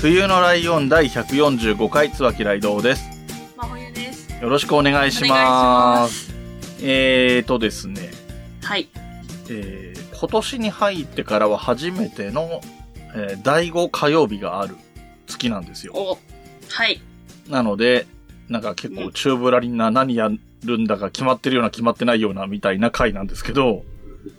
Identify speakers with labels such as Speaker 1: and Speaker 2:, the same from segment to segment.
Speaker 1: 冬のライオン第145回椿ライドウです。
Speaker 2: 真冬です
Speaker 1: よろしくお願いします。えーとですね、
Speaker 2: はい
Speaker 1: えー今年に入ってからは初めての、えー第5火曜日がある月なんですよ。
Speaker 2: おはい
Speaker 1: なので、なんか結構チューブラリンな何やるんだか決まってるような決まってないようなみたいな回なんですけど、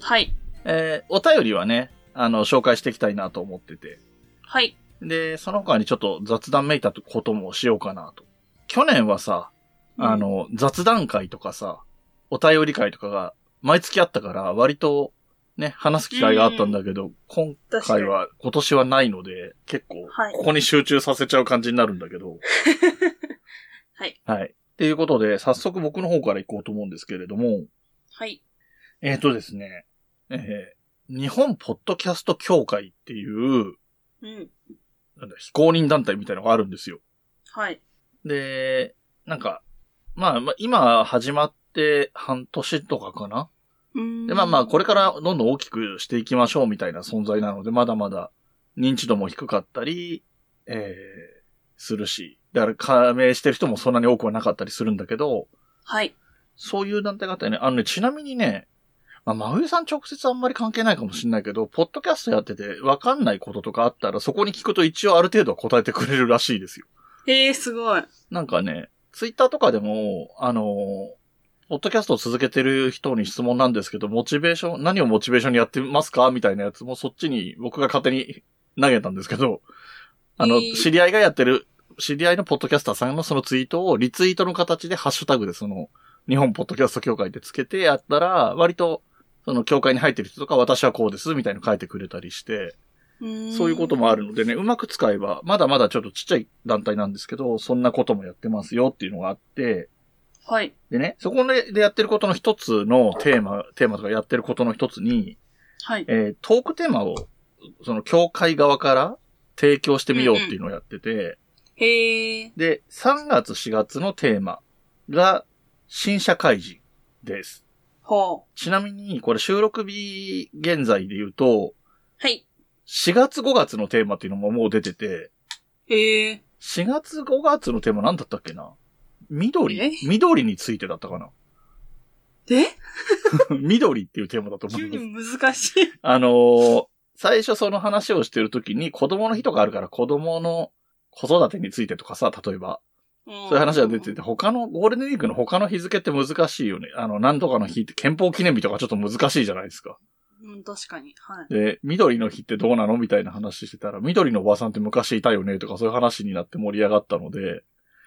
Speaker 2: はい
Speaker 1: えーお便りはね、あの、紹介していきたいなと思ってて。
Speaker 2: はい
Speaker 1: で、その他にちょっと雑談めいたこともしようかなと。去年はさ、あの、雑談会とかさ、お便り会とかが毎月あったから、割とね、話す機会があったんだけど、今回は、今年はないので、結構、
Speaker 2: はい
Speaker 1: ここに集中させちゃう感じになるんだけど。
Speaker 2: はい。
Speaker 1: はい。っていうことで、早速僕の方から行こうと思うんですけれども、
Speaker 2: はい
Speaker 1: えっ、とですね、えー日本ポッドキャスト協会っていう、
Speaker 2: うん
Speaker 1: なんだ、非公認団体みたいなのがあるんですよ。
Speaker 2: はい
Speaker 1: で、なんか、まあ、まあ今始まって半年とかかな
Speaker 2: うん
Speaker 1: で、まあまあ、これからどんどん大きくしていきましょうみたいな存在なので、まだまだ認知度も低かったり、えー、するし、だから加盟してる人もそんなに多くはなかったりするんだけど、
Speaker 2: はい
Speaker 1: そういう団体があったよね。あのね、ちなみにね、まあ、真冬さん直接あんまり関係ないかもしれないけど、ポッドキャストやっててわかんないこととかあったら、そこに聞くと一応ある程度は答えてくれるらしいですよ。
Speaker 2: えー、すごい
Speaker 1: なんかね、ツイッターとかでも、あのー、ポッドキャストを続けてる人に質問なんですけど、モチベーション、何をモチベーションにやってますかみたいなやつもそっちに僕が勝手に投げたんですけど、あの、
Speaker 2: えー
Speaker 1: 知り合いがやってる、知り合いのポッドキャスターさんのそのツイートをリツイートの形でハッシュタグでその、日本ポッドキャスト協会ってつけてやったら、割と、その協会に入ってる人とか、私はこうです、みたいなの書いてくれたりして、そういうこともあるのでね、うまく使えば、まだまだちょっとちっちゃい団体なんですけど、そんなこともやってますよっていうのがあって、
Speaker 2: はい
Speaker 1: でね、そこでやってることの一つのテーマ、テーマとかやってることの一つに、
Speaker 2: はい
Speaker 1: えートークテーマを、その協会側から提供してみようっていうのをやってて、
Speaker 2: へえ
Speaker 1: で、3月4月のテーマが、新社会人です。
Speaker 2: ほう
Speaker 1: ちなみに、これ収録日現在で言うと、
Speaker 2: はい
Speaker 1: 4月5月のテーマっていうのももう出てて、
Speaker 2: へえ
Speaker 1: 4月5月のテーマ何だったっけな
Speaker 2: え
Speaker 1: 緑緑についてだったかな
Speaker 2: え
Speaker 1: 緑っていうテーマだと思う
Speaker 2: 急
Speaker 1: んです。
Speaker 2: に難しい
Speaker 1: あのー最初その話をしてるときに子供の日とかあるから子供の子育てについてとかさ、例えば。
Speaker 2: そ
Speaker 1: そういう話が出てて、他の、ゴールデンウィークの他の日付って難しいよね。あの、何とかの日って憲法記念日とかちょっと難しいじゃないですか。
Speaker 2: うん確かにはい
Speaker 1: で、緑の日ってどうなのみたいな話してたら、緑のおばさんって昔いたよねとかそういう話になって盛り上がったので、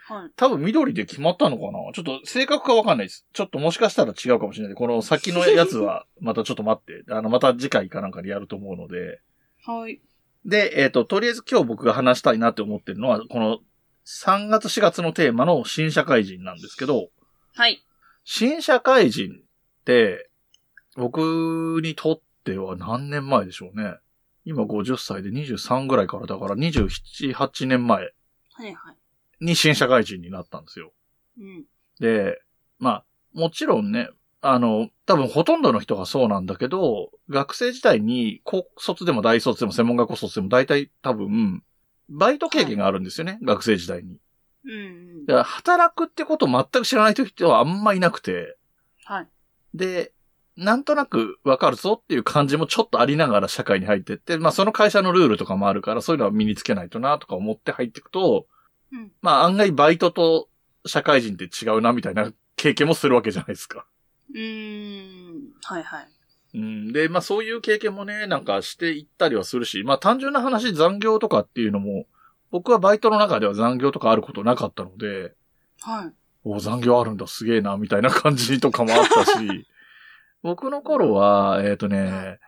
Speaker 2: はい
Speaker 1: 多分緑で決まったのかなちょっと正確かわかんないです。ちょっともしかしたら違うかもしれない。この先のやつは、またちょっと待って、 あの、また次回かなんかでやると思うので。
Speaker 2: はい
Speaker 1: で、えっ、と、とりあえず今日僕が話したいなって思ってるのは、この3月4月のテーマの新社会人なんですけど、
Speaker 2: はい
Speaker 1: 新社会人って、僕にとっては何年前でしょうね。今50歳で23ぐらいからだから27、8年前
Speaker 2: はいはい
Speaker 1: に新社会人になったんですよ。
Speaker 2: うん
Speaker 1: で、まあ、もちろんね、あの、多分ほとんどの人がそうなんだけど、学生時代に高卒でも大卒でも専門学校卒でも大体多分、バイト経験があるんですよね、学生時代に。
Speaker 2: うんうん
Speaker 1: だから働くってことを全く知らないという人はあんまいなくて、
Speaker 2: はい
Speaker 1: で、なんとなくわかるぞっていう感じもちょっとありながら社会に入ってって、まあその会社のルールとかもあるから、そういうのは身につけないとなとか思って入っていくと、
Speaker 2: うん
Speaker 1: まあ案外バイトと社会人って違うなみたいな経験もするわけじゃないですか。
Speaker 2: うーんはいはい。
Speaker 1: うん、で、まあそういう経験もね、なんかしていったりはするし、まあ単純な話残業とかっていうのも、僕はバイトの中では残業とかあることなかったので、
Speaker 2: はい。
Speaker 1: お残業あるんだ、すげえな、 みたいな感じとかもあったし、僕の頃は、えっ、とね、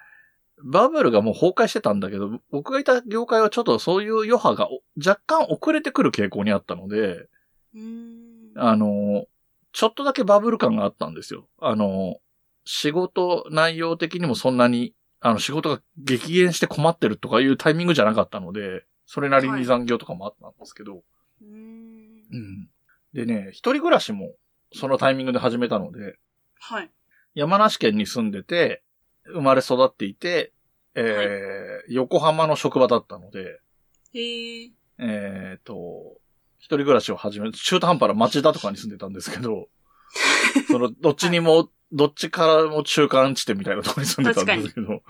Speaker 1: バブルがもう崩壊してたんだけど、僕がいた業界はちょっとそういう余波がお若干遅れてくる傾向にあったので、
Speaker 2: うーん。
Speaker 1: あの、ちょっとだけバブル感があったんですよ。あの、仕事内容的にもそんなに、あの、仕事が激減して困ってるとかいうタイミングじゃなかったので、それなりに残業とかもあったんですけど、
Speaker 2: うーん。
Speaker 1: うん。でね、一人暮らしもそのタイミングで始めたので、
Speaker 2: はい。
Speaker 1: 山梨県に住んでて、生まれ育っていて、えー横浜の職場だったので、
Speaker 2: へえ。
Speaker 1: えっ、と、一人暮らしを始め、中途半端な町田とかに住んでたんですけど、その、どっちにも、どっちからも中間地点みたいなところに住んでたんですけど。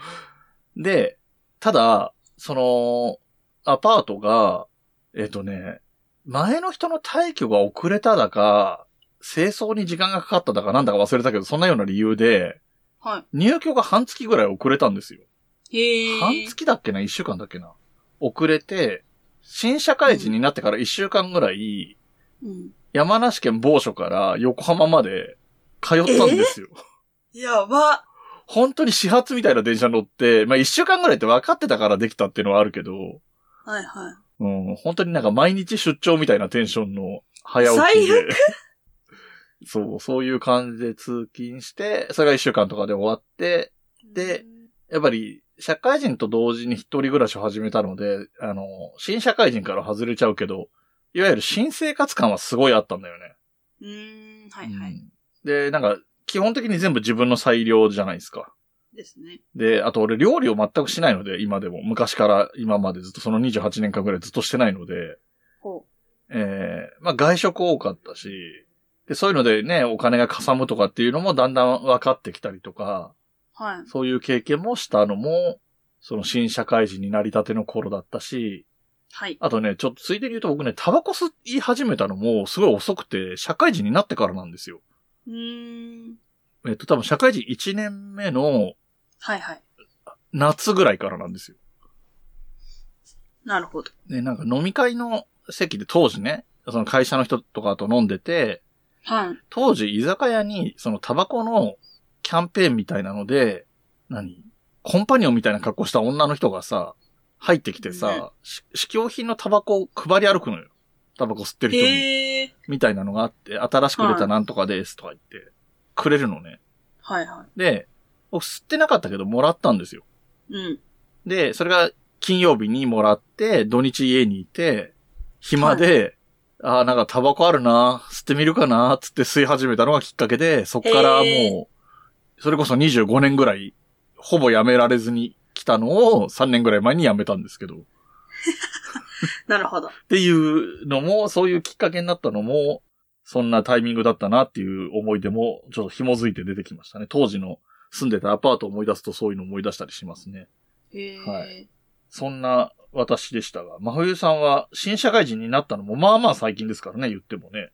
Speaker 1: で、ただ、その、アパートが、えっ、とね、前の人の退去が遅れただか、清掃に時間がかかっただかなんだか忘れたけど、そんなような理由で、
Speaker 2: は
Speaker 1: 入居が半月ぐらい遅れたんですよ。
Speaker 2: い。へえ。
Speaker 1: 半月だっけな一週間だっけな遅れて、新社会人になってから一週間ぐらい、
Speaker 2: うん。
Speaker 1: 山梨県某所から横浜まで通ったんですよ。
Speaker 2: やば。
Speaker 1: 本当に始発みたいな電車乗って、まあ一週間ぐらいって分かってたからできたっていうのはあるけど、
Speaker 2: はいはい。
Speaker 1: うん、本当になんか毎日出張みたいなテンションの早起きで。そう、そういう感じで通勤して、それが一週間とかで終わって、で、やっぱり、社会人と同時に一人暮らしを始めたので、あの、新社会人から外れちゃうけど、いわゆる新生活感はすごいあったんだよね。
Speaker 2: うーん、はいは
Speaker 1: う
Speaker 2: い。
Speaker 1: んで、なんか、基本的に全部自分の裁量じゃないですか。
Speaker 2: ですね。
Speaker 1: で、あと俺料理を全くしないので、今でも。昔から今までずっと、その28年間ぐらいずっとしてないので、
Speaker 2: ほ
Speaker 1: えーまあ外食多かったし、で、そういうのでね、お金がかさむとかっていうのもだんだん分かってきたりとか、
Speaker 2: う。はい。
Speaker 1: そういう経験もしたのも、その新社会人になりたての頃だったし、
Speaker 2: はい。
Speaker 1: あとね、ちょっとついでに言うと僕ね、タバコ吸い始めたのもすごい遅くて、社会人になってからなんですよ。
Speaker 2: うーん。
Speaker 1: えっと、多分社会人1年目の
Speaker 2: はいはい。
Speaker 1: 夏ぐらいからなんですよ。
Speaker 2: なるほど。
Speaker 1: で、なんか飲み会の席で当時ね、その会社の人とかと飲んでて、
Speaker 2: はい。
Speaker 1: 当時居酒屋にそのタバコのキャンペーンみたいなので、何コンパニオンみたいな格好した女の人がさ、入ってきてさ、し試供品のタバコを配り歩くのよ。タバコ吸ってる人に。
Speaker 2: へえ。
Speaker 1: みたいなのがあって、新しく出たなんとかですとか言って、くれるのね。
Speaker 2: はいは
Speaker 1: で、僕吸ってなかったけどもらったんですよ。
Speaker 2: い。うん。
Speaker 1: で、それが金曜日にもらって、土日家にいて、暇で、ああ、なんかタバコあるな、吸ってみるかな、つって吸い始めたのがきっかけで、そっから
Speaker 2: へ
Speaker 1: もう、それこそ25年ぐらい、ほぼやめられずに来たのを3年ぐらい前にやめたんですけど、っ
Speaker 2: なるほど。
Speaker 1: ていうのも、そういうきっかけになったのも、そんなタイミングだったなっていう思い出も、ちょっと紐づいて出てきましたね。当時の住んでたアパートを思い出すとそういうの思い出したりしますね。
Speaker 2: へえ。
Speaker 1: はそんな私でしたが、真冬さんは新社会人になったのもまあまあ最近ですからね、言ってもね。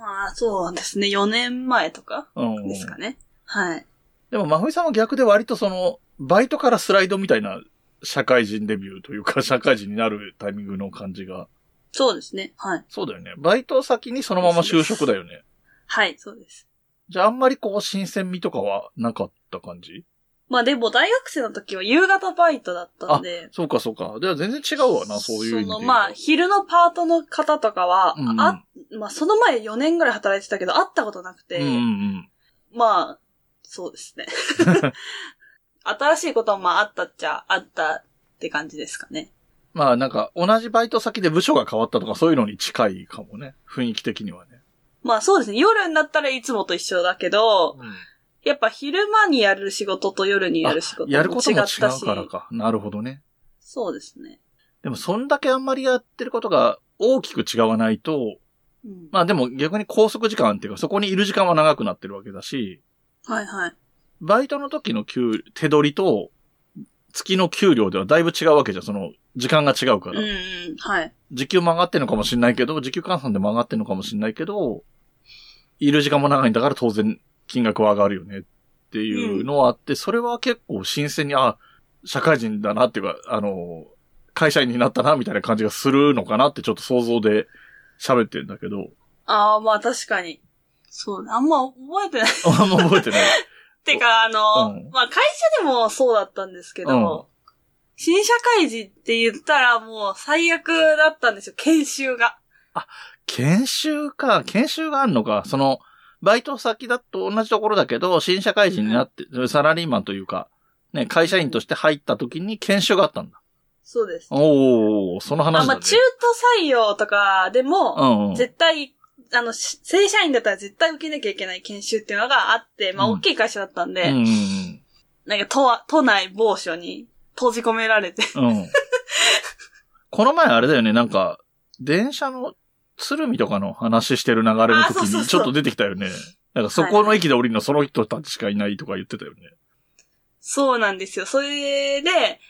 Speaker 2: まあ、そうですね。4年前とか
Speaker 1: うん。
Speaker 2: ですかね。はい。
Speaker 1: でも真冬さんは逆で割とその、バイトからスライドみたいな社会人デビューというか、 社会人になるタイミングの感じが。
Speaker 2: そうですね。はい。
Speaker 1: そうだよね。バイト先にそのまま就職だよね。
Speaker 2: はい、そうです。
Speaker 1: じゃああんまりこう、新鮮味とかはなかった感じ
Speaker 2: まあでも大学生の時は夕方バイトだったんで。
Speaker 1: そうかそうか。では全然違うわな、そういう意味で言うと。
Speaker 2: そのまあ、昼のパートの方とかは、
Speaker 1: うんうん
Speaker 2: あ、まあその前4年ぐらい働いてたけど、会ったことなくて、
Speaker 1: うんうんうん。
Speaker 2: まあ、そうです ね。新しいこともまああったっちゃあったって感じですかね。
Speaker 1: まあなんか、同じバイト先で部署が変わったとかそういうのに近いかもね。雰囲気的にはね。
Speaker 2: まあそうですね。夜になったらいつもと一緒だけど、
Speaker 1: うん
Speaker 2: やっぱ昼間にやる仕事と夜にやる仕事も違
Speaker 1: やることも
Speaker 2: ったし。
Speaker 1: 違うからか。なるほどね。
Speaker 2: そうですね。
Speaker 1: でも、そんだけあんまりやってることが大きく違わないと、
Speaker 2: うん、
Speaker 1: まあでも逆に拘束時間っていうか、そこにいる時間は長くなってるわけだし、
Speaker 2: はいはい。
Speaker 1: バイトの時の給、手取りと、月の給料ではだいぶ違うわけじゃん。その、時間が違うか
Speaker 2: うん
Speaker 1: ら。
Speaker 2: うん。はい。
Speaker 1: 時給も上がってるのかもしんないけど、時給換算でも上がってるのかもしんないけど、いる時間も長いんだから当然金額は上がるよねっていうのはあって、それは結構新鮮に、あ、社会人だなっていうか、あの、会社員になったなみたいな感じがするのかなってちょっと想像で喋ってんだけど、
Speaker 2: ああ、まあ確かに。そう、あんま覚えてない。
Speaker 1: あんま覚えてない。
Speaker 2: てか、あの、
Speaker 1: うん
Speaker 2: まあ、会社でもそうだったんですけど、新社会人って言ったらもう最悪だったんですよ、研修が。
Speaker 1: 研修か、研修があんのか、その、バイト先だと同じところだけど、新社会人になって、サラリーマンというか、ね、会社員として入った時に研修があったんだ。
Speaker 2: そうです。
Speaker 1: おー、その
Speaker 2: あ
Speaker 1: 話だ、ね。
Speaker 2: まあ、中途採用とかでも、
Speaker 1: うんうん。
Speaker 2: 絶対、あの、し正社員だったら絶対受けなきゃいけない研修っていうのがあって、まあ、
Speaker 1: うん
Speaker 2: 大きい会社だったんで、
Speaker 1: うんうん
Speaker 2: なんか都は、都内某所に閉じ込められて。
Speaker 1: うん。うん。この前あれだよね、なんか、電車の鶴見とかの話してる流れの
Speaker 2: あ
Speaker 1: 時
Speaker 2: そうそうそう
Speaker 1: にちょっと出てきたよね。なんかそこの駅で降りるのその人たちしかいないとか言ってたよね。
Speaker 2: そうなんですよ。それで、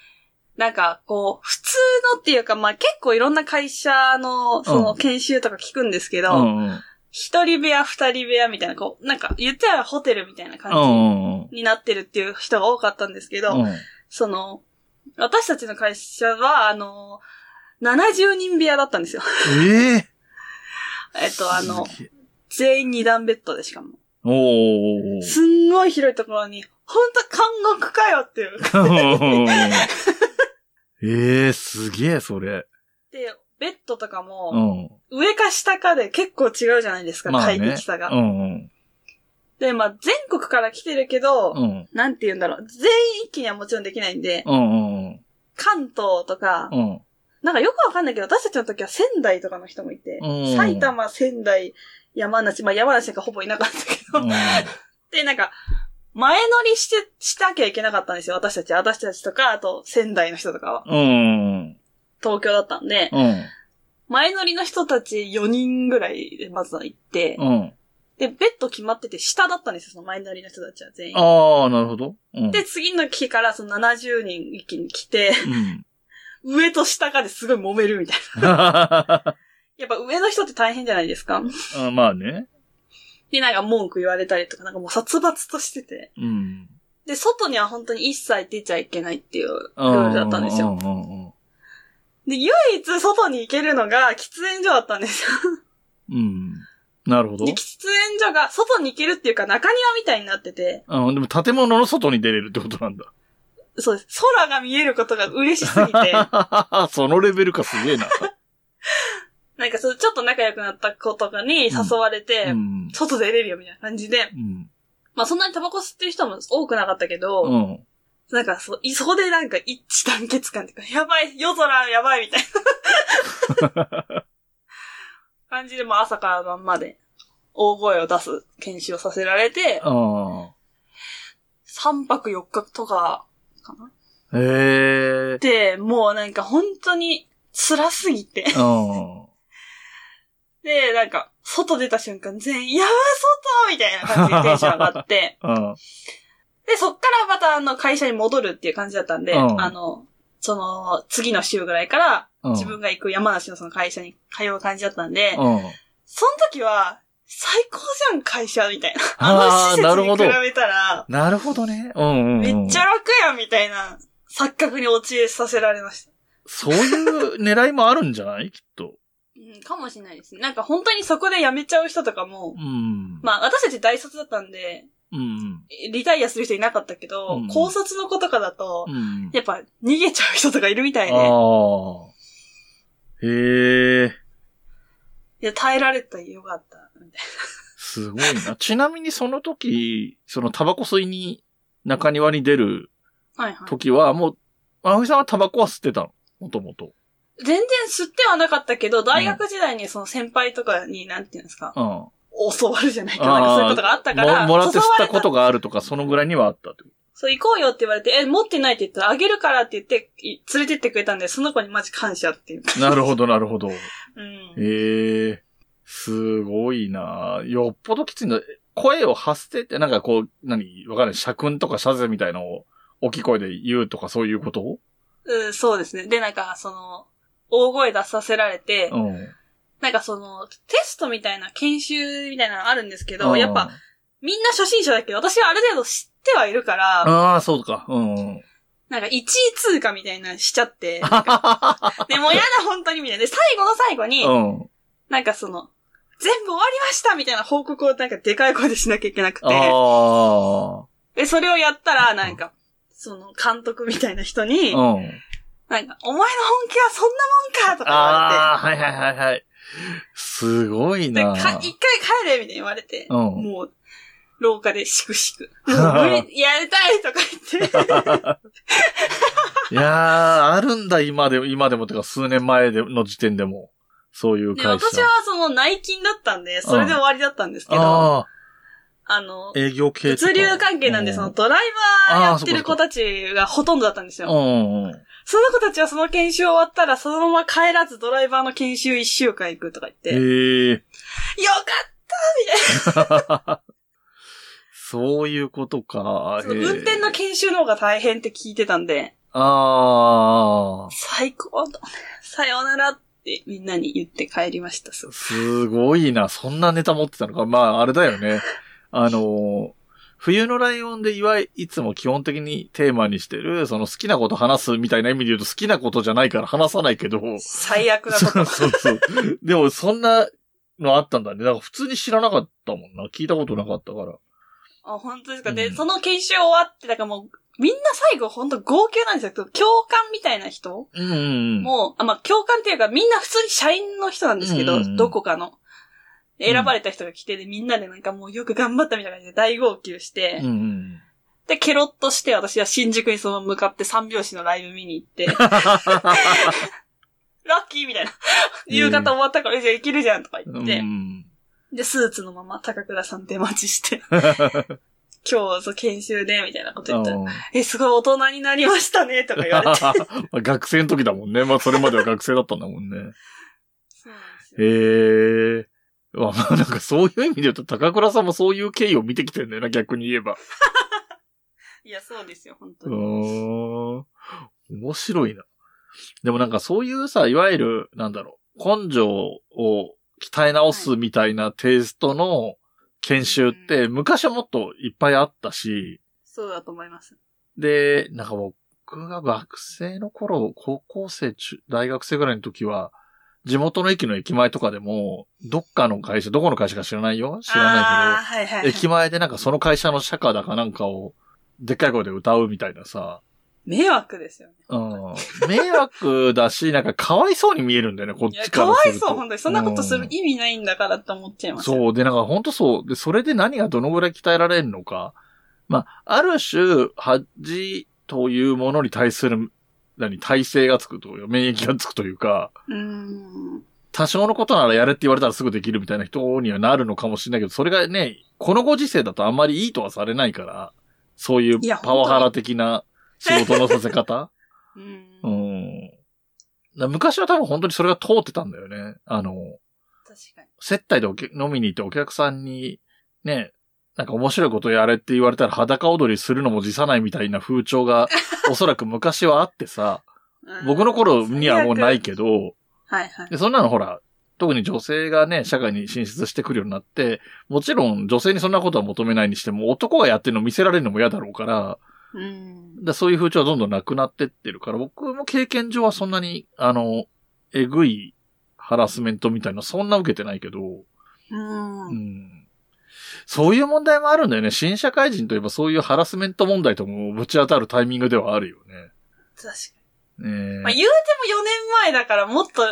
Speaker 2: なんか、こう、普通のっていうか、まあ、結構いろんな会社の、そうの、
Speaker 1: ん
Speaker 2: 研修とか聞くんですけ
Speaker 1: う
Speaker 2: ど、
Speaker 1: んうん。
Speaker 2: 一、人部屋、二人部屋みたいな、こう、なんか、言ったらホテルみたいな
Speaker 1: う
Speaker 2: 感
Speaker 1: んうんうん。
Speaker 2: じになってるっていう人が多かったんですけど、
Speaker 1: うん
Speaker 2: その、私たちの会社は、あの、70人部屋だったんですよ。
Speaker 1: ええ
Speaker 2: えっと、あの、
Speaker 1: すげえ
Speaker 2: 全員二段ベッドでしかも。
Speaker 1: おーおーおー。
Speaker 2: すんごい広いところに、ほんと監獄かよっていう。
Speaker 1: ええすげえ、それ。
Speaker 2: で、ベッドとかも、
Speaker 1: うん。
Speaker 2: 上か下かで結構違うじゃないですか、
Speaker 1: まあ
Speaker 2: 快
Speaker 1: ね
Speaker 2: 適さ。が。
Speaker 1: うんうん。
Speaker 2: で、まあ、全国から来てるけど、
Speaker 1: うん。
Speaker 2: なんて言うんだろう。全員一気にはもちろんできないんで、
Speaker 1: うんうん
Speaker 2: 関東とか
Speaker 1: う、ん。
Speaker 2: なんかよくわかんないけど、私たちの時は仙台とかの人もいて、
Speaker 1: うん
Speaker 2: 埼玉、仙台、山梨、まあ山梨がほぼいなかったけ
Speaker 1: う
Speaker 2: ど、
Speaker 1: ん。
Speaker 2: で、なんか、前乗りして、しなきゃいけなかったんですよ。私たち、私たちとか、あと仙台の人とかは、
Speaker 1: うん。
Speaker 2: 東京だったんで、
Speaker 1: うん。
Speaker 2: 前乗りの人たち4人ぐらいでまずは行って、
Speaker 1: うん。
Speaker 2: で、ベッド決まってて、下だったんですよ、その前乗りの人たちは全員。
Speaker 1: ああ、なるほど。うん。
Speaker 2: で、次の日からその70人一気に来て、
Speaker 1: うん。
Speaker 2: 上と下かですごい揉めるみたいな。やっぱ上の人って大変じゃないですか。
Speaker 1: うん まあね。
Speaker 2: で、なんか文句言われたりとか、なんかもう殺伐としてて。
Speaker 1: うん。
Speaker 2: で、外には本当に一切出ちゃいけないっていうルールだったんですよ。
Speaker 1: うんうんうん
Speaker 2: で、唯一外に行けるのが喫煙所だったんですよ。
Speaker 1: うん。うん。なるほど
Speaker 2: で、。喫煙所が外に行けるっていうか中庭みたいになってて、
Speaker 1: うん、でも建物の外に出れるってことなんだ。
Speaker 2: そうです。空が見えることが嬉し すぎて、
Speaker 1: そのレベルかすげえな。
Speaker 2: なんかそう、ちょっと仲良くなった子とかに誘われて、
Speaker 1: うん。
Speaker 2: 外出れるよみたいな感じで、
Speaker 1: うん。
Speaker 2: まあそんなにタバコ吸ってる人も多くなかったけど、
Speaker 1: うん。
Speaker 2: なんかそう、いそこでなんか一致団結感っていうか、やばい、 夜空やばいみたいな感じで、もう朝から晩まで大声を出す研修をさせられて、
Speaker 1: あ
Speaker 2: 3泊4日とかかな
Speaker 1: あ。へえ。
Speaker 2: で、もうなんか本当に辛すぎて。
Speaker 1: うん。
Speaker 2: で、なんか、外出た瞬間全員、やばい外みたいな感じでテンション上がって、
Speaker 1: うん。
Speaker 2: で、そっからまたあの会社に戻るっていう感じだったんで、
Speaker 1: うん
Speaker 2: あの、その次の週ぐらいから
Speaker 1: うん
Speaker 2: 自分が行く山梨のその会社に通う感じだったんで、
Speaker 1: うん。
Speaker 2: その時は最高じゃん会社みたいな。あ
Speaker 1: あ
Speaker 2: の施
Speaker 1: ーなる
Speaker 2: 設に
Speaker 1: ほど
Speaker 2: 比べたら、
Speaker 1: なるほどね。うんうん、
Speaker 2: め
Speaker 1: うん。
Speaker 2: っちゃ楽やんみたいな錯覚に陥れさせられました。
Speaker 1: そういう狙いもあるんじゃないきっと。
Speaker 2: うん、かもしれないですね。なんか本当にそこで辞めちゃう人とかも
Speaker 1: う、ん。
Speaker 2: まあ私たち大卒だったんで、
Speaker 1: うん
Speaker 2: リタイアする人いなかったけど、
Speaker 1: うん
Speaker 2: 高卒の子とかだと
Speaker 1: うん。う、ん。
Speaker 2: やっぱ逃げちゃう人とかいるみたいで、
Speaker 1: ああ。へえ、
Speaker 2: いや、耐えられたらよかった。みたい
Speaker 1: すごい な。ちなみにその時、そのタバコ吸いに中庭に出る
Speaker 2: な。はいは
Speaker 1: 時は、もう、青井さんはタバコは吸ってたのもともと。
Speaker 2: い。全然吸ってはなかったけど、大学時代にその先輩とかに、なんていうんですか、
Speaker 1: うん。
Speaker 2: 教わるじゃないか。なん
Speaker 1: あ
Speaker 2: か
Speaker 1: あ
Speaker 2: そういうことがあったから、
Speaker 1: ももらって吸ったこ
Speaker 2: 誘われ
Speaker 1: とがあるとか、そのぐらいにはあったっ てこ
Speaker 2: たそう、行こうよって言われて、え、持ってないって言ったら、あげるからって言って、い連れてってくれたんで、その子にマジ感謝っていうか。
Speaker 1: と。なるほど、なるほど。
Speaker 2: うん。
Speaker 1: ええすごいなよっぽどきついんだ。声を発してって、なんかこう、何わかんない。社訓とか社勢みたいのを大きい声で言うとかそういうこと
Speaker 2: うん、そうですね。で、なんか、その、大声出させられて、
Speaker 1: うん。
Speaker 2: なんかその、テストみたいな、研修みたいなのあるんですけど、やっぱ、みんな初心者だけど、私はある程度知ってはいるから、
Speaker 1: うん。ああ、そうか。 うんうん。
Speaker 2: なんか1位通過みたいなのしちゃ って、なんかで、もうやだ本当にみたいな。で、最後の最後に、
Speaker 1: うん。
Speaker 2: なんかその、全部終わりましたみたいな報告をなんかでかい声でしなきゃいけなくて、
Speaker 1: ああ。
Speaker 2: え、それをやったら、なんか、その、監督みたいな人 に、
Speaker 1: うん。
Speaker 2: なんか、お前の本気はそんなもんかとか
Speaker 1: ああ、はいはいはいはい。すごい
Speaker 2: 言わ
Speaker 1: な
Speaker 2: れて、で、か、一回帰れみたいに言われて、
Speaker 1: うん
Speaker 2: もう、廊下でしくしく。も う無理、やりたいとか言って。
Speaker 1: いやー、あるんだ、今でも、今でも、てか数年前での時点でも。そういう
Speaker 2: で、
Speaker 1: 会社。
Speaker 2: 私はその内勤だったんで、それで終わりだったんですけど、あ
Speaker 1: ああ、
Speaker 2: の、
Speaker 1: 営業系とか
Speaker 2: 物流関係なんで、その、ドライバーやってる子たちがほとんどだったんです
Speaker 1: う
Speaker 2: よ。
Speaker 1: んうん。
Speaker 2: その子たちはその研修終わったら、そのまま帰らずドライバーの研修一週間行くとか言って、よかっ
Speaker 1: ええ。そういうことか
Speaker 2: た。その運転の
Speaker 1: へー
Speaker 2: 研修の方が大変って聞いてたんで、
Speaker 1: ああ、
Speaker 2: 最高だね。さようならってみんなに言って帰りました。そう
Speaker 1: すごいな。そんなネタ持ってたのか。まあ、あれだよね。あの、冬のライオンでいわい、いつも基本的にテーマにしてる、その好きなこと話すみたいな意味で言うと好きなことじゃないから話さないけど。
Speaker 2: 最悪なこ
Speaker 1: そ
Speaker 2: と
Speaker 1: う。そうそう。でも、そんなのあったんだね。なんか普通に知らなかったもんな。聞いたことなかったから。
Speaker 2: あ、本当ですか。で、
Speaker 1: うん
Speaker 2: その研修終わって、だからもう、みんな最後本当号泣なんですよ。教官みたいな人
Speaker 1: うんうん。
Speaker 2: もう、あ、まあ、教官っていうか、みんな普通に社員の人なんですけど、
Speaker 1: うんうんうん
Speaker 2: どこかの。選ばれた人が来てで、みんなでなんかもうよく頑張ったみたいな感じで大号泣して、
Speaker 1: うんうん。
Speaker 2: で、ケロッとして私は新宿にそのまま向かって三拍子のライブ見に行 って、ラッキーみたいな。夕方終わったから、えじゃあ行けるじゃんとか言って
Speaker 1: う、ん
Speaker 2: で、スーツのまま高倉さん出待ち して、今日そう研修で、みたいなこと言ったら、え、すごい大人になりましたね、とか言われ て。
Speaker 1: まあ学生の時だもんね。まあ、それまでは学生だったんだもんね。
Speaker 2: そうなんですよ
Speaker 1: へえ。まあ、なんかそういう意味で言うと、高倉さんもそういう経緯を見てきてんだよな、逆に言えば。
Speaker 2: いや、そうですよ、本当
Speaker 1: う
Speaker 2: に。
Speaker 1: ーん。面白いな。でもなんかそういうさ、いわゆる、なんだろう、根性を鍛え直すみたいなテイストの研修って、昔はもっといっぱいあったし、
Speaker 2: そうだと思います。
Speaker 1: で、なんか僕が学生の頃、高校生、中大学生ぐらいの時は、地元の駅の駅前とかでも、どっかの会社、どこの会社か知らないよ知らないけど
Speaker 2: ああ、、はいはい、はい。
Speaker 1: 駅前でなんかその会社の社歌だかなんかを、でっかい声で歌うみたいなさ、
Speaker 2: 迷惑ですよね。
Speaker 1: うん。迷惑だし、なんかかわいそうに見えるんだよね、こっ
Speaker 2: いや、
Speaker 1: ちか
Speaker 2: からわ
Speaker 1: す
Speaker 2: い
Speaker 1: ると。
Speaker 2: そう、本当に。そんなことする
Speaker 1: うん
Speaker 2: 意味ないんだからって思っちゃいます。う。
Speaker 1: そう。で、なんか本当そう。で、それで何がどのぐらい鍛えられるのか。まあ、ある種、恥というものに対する、何、体制がつくというか、免疫がつくというか、
Speaker 2: うーん。
Speaker 1: 多少のことならやれって言われたらすぐできるみたいな人にはなるのかもしれないけど、それがね、このご時世だとあんまりいいとはされないから、そういう
Speaker 2: いや
Speaker 1: パワハラ的な仕事のさせ方
Speaker 2: う。
Speaker 1: うんん。だ昔は多分本当にそれが通ってたんだよね。あの、
Speaker 2: 確かに。
Speaker 1: 接待でお客飲みに行ってお客さんに、ね、なんか面白いことやれって言われたら裸踊りするのも辞さないみたいな風 潮が、おそらく昔はあってさ、
Speaker 2: うん
Speaker 1: 僕の頃にはもうないけど、
Speaker 2: はいはい。
Speaker 1: で、そんなのほら、特に女性がね、社会に進出してくるようになって、もちろん女性にそんなことは求めないにしても、男がやってるの見せられるのも嫌だろうから、
Speaker 2: うん。
Speaker 1: でそういう風潮はどんどんなくなってってるから、僕も経験上はそんなに、あの、えぐいハラスメントみたいな、そんな受けてないけど、
Speaker 2: う。
Speaker 1: うんん。そういう問題もあるんだよね。新社会人といえばそういうハラスメント問題ともぶち当たるタイミングではあるよ
Speaker 2: 確かに。
Speaker 1: ね。ねえ
Speaker 2: まあ、言うても4年前だからもっと、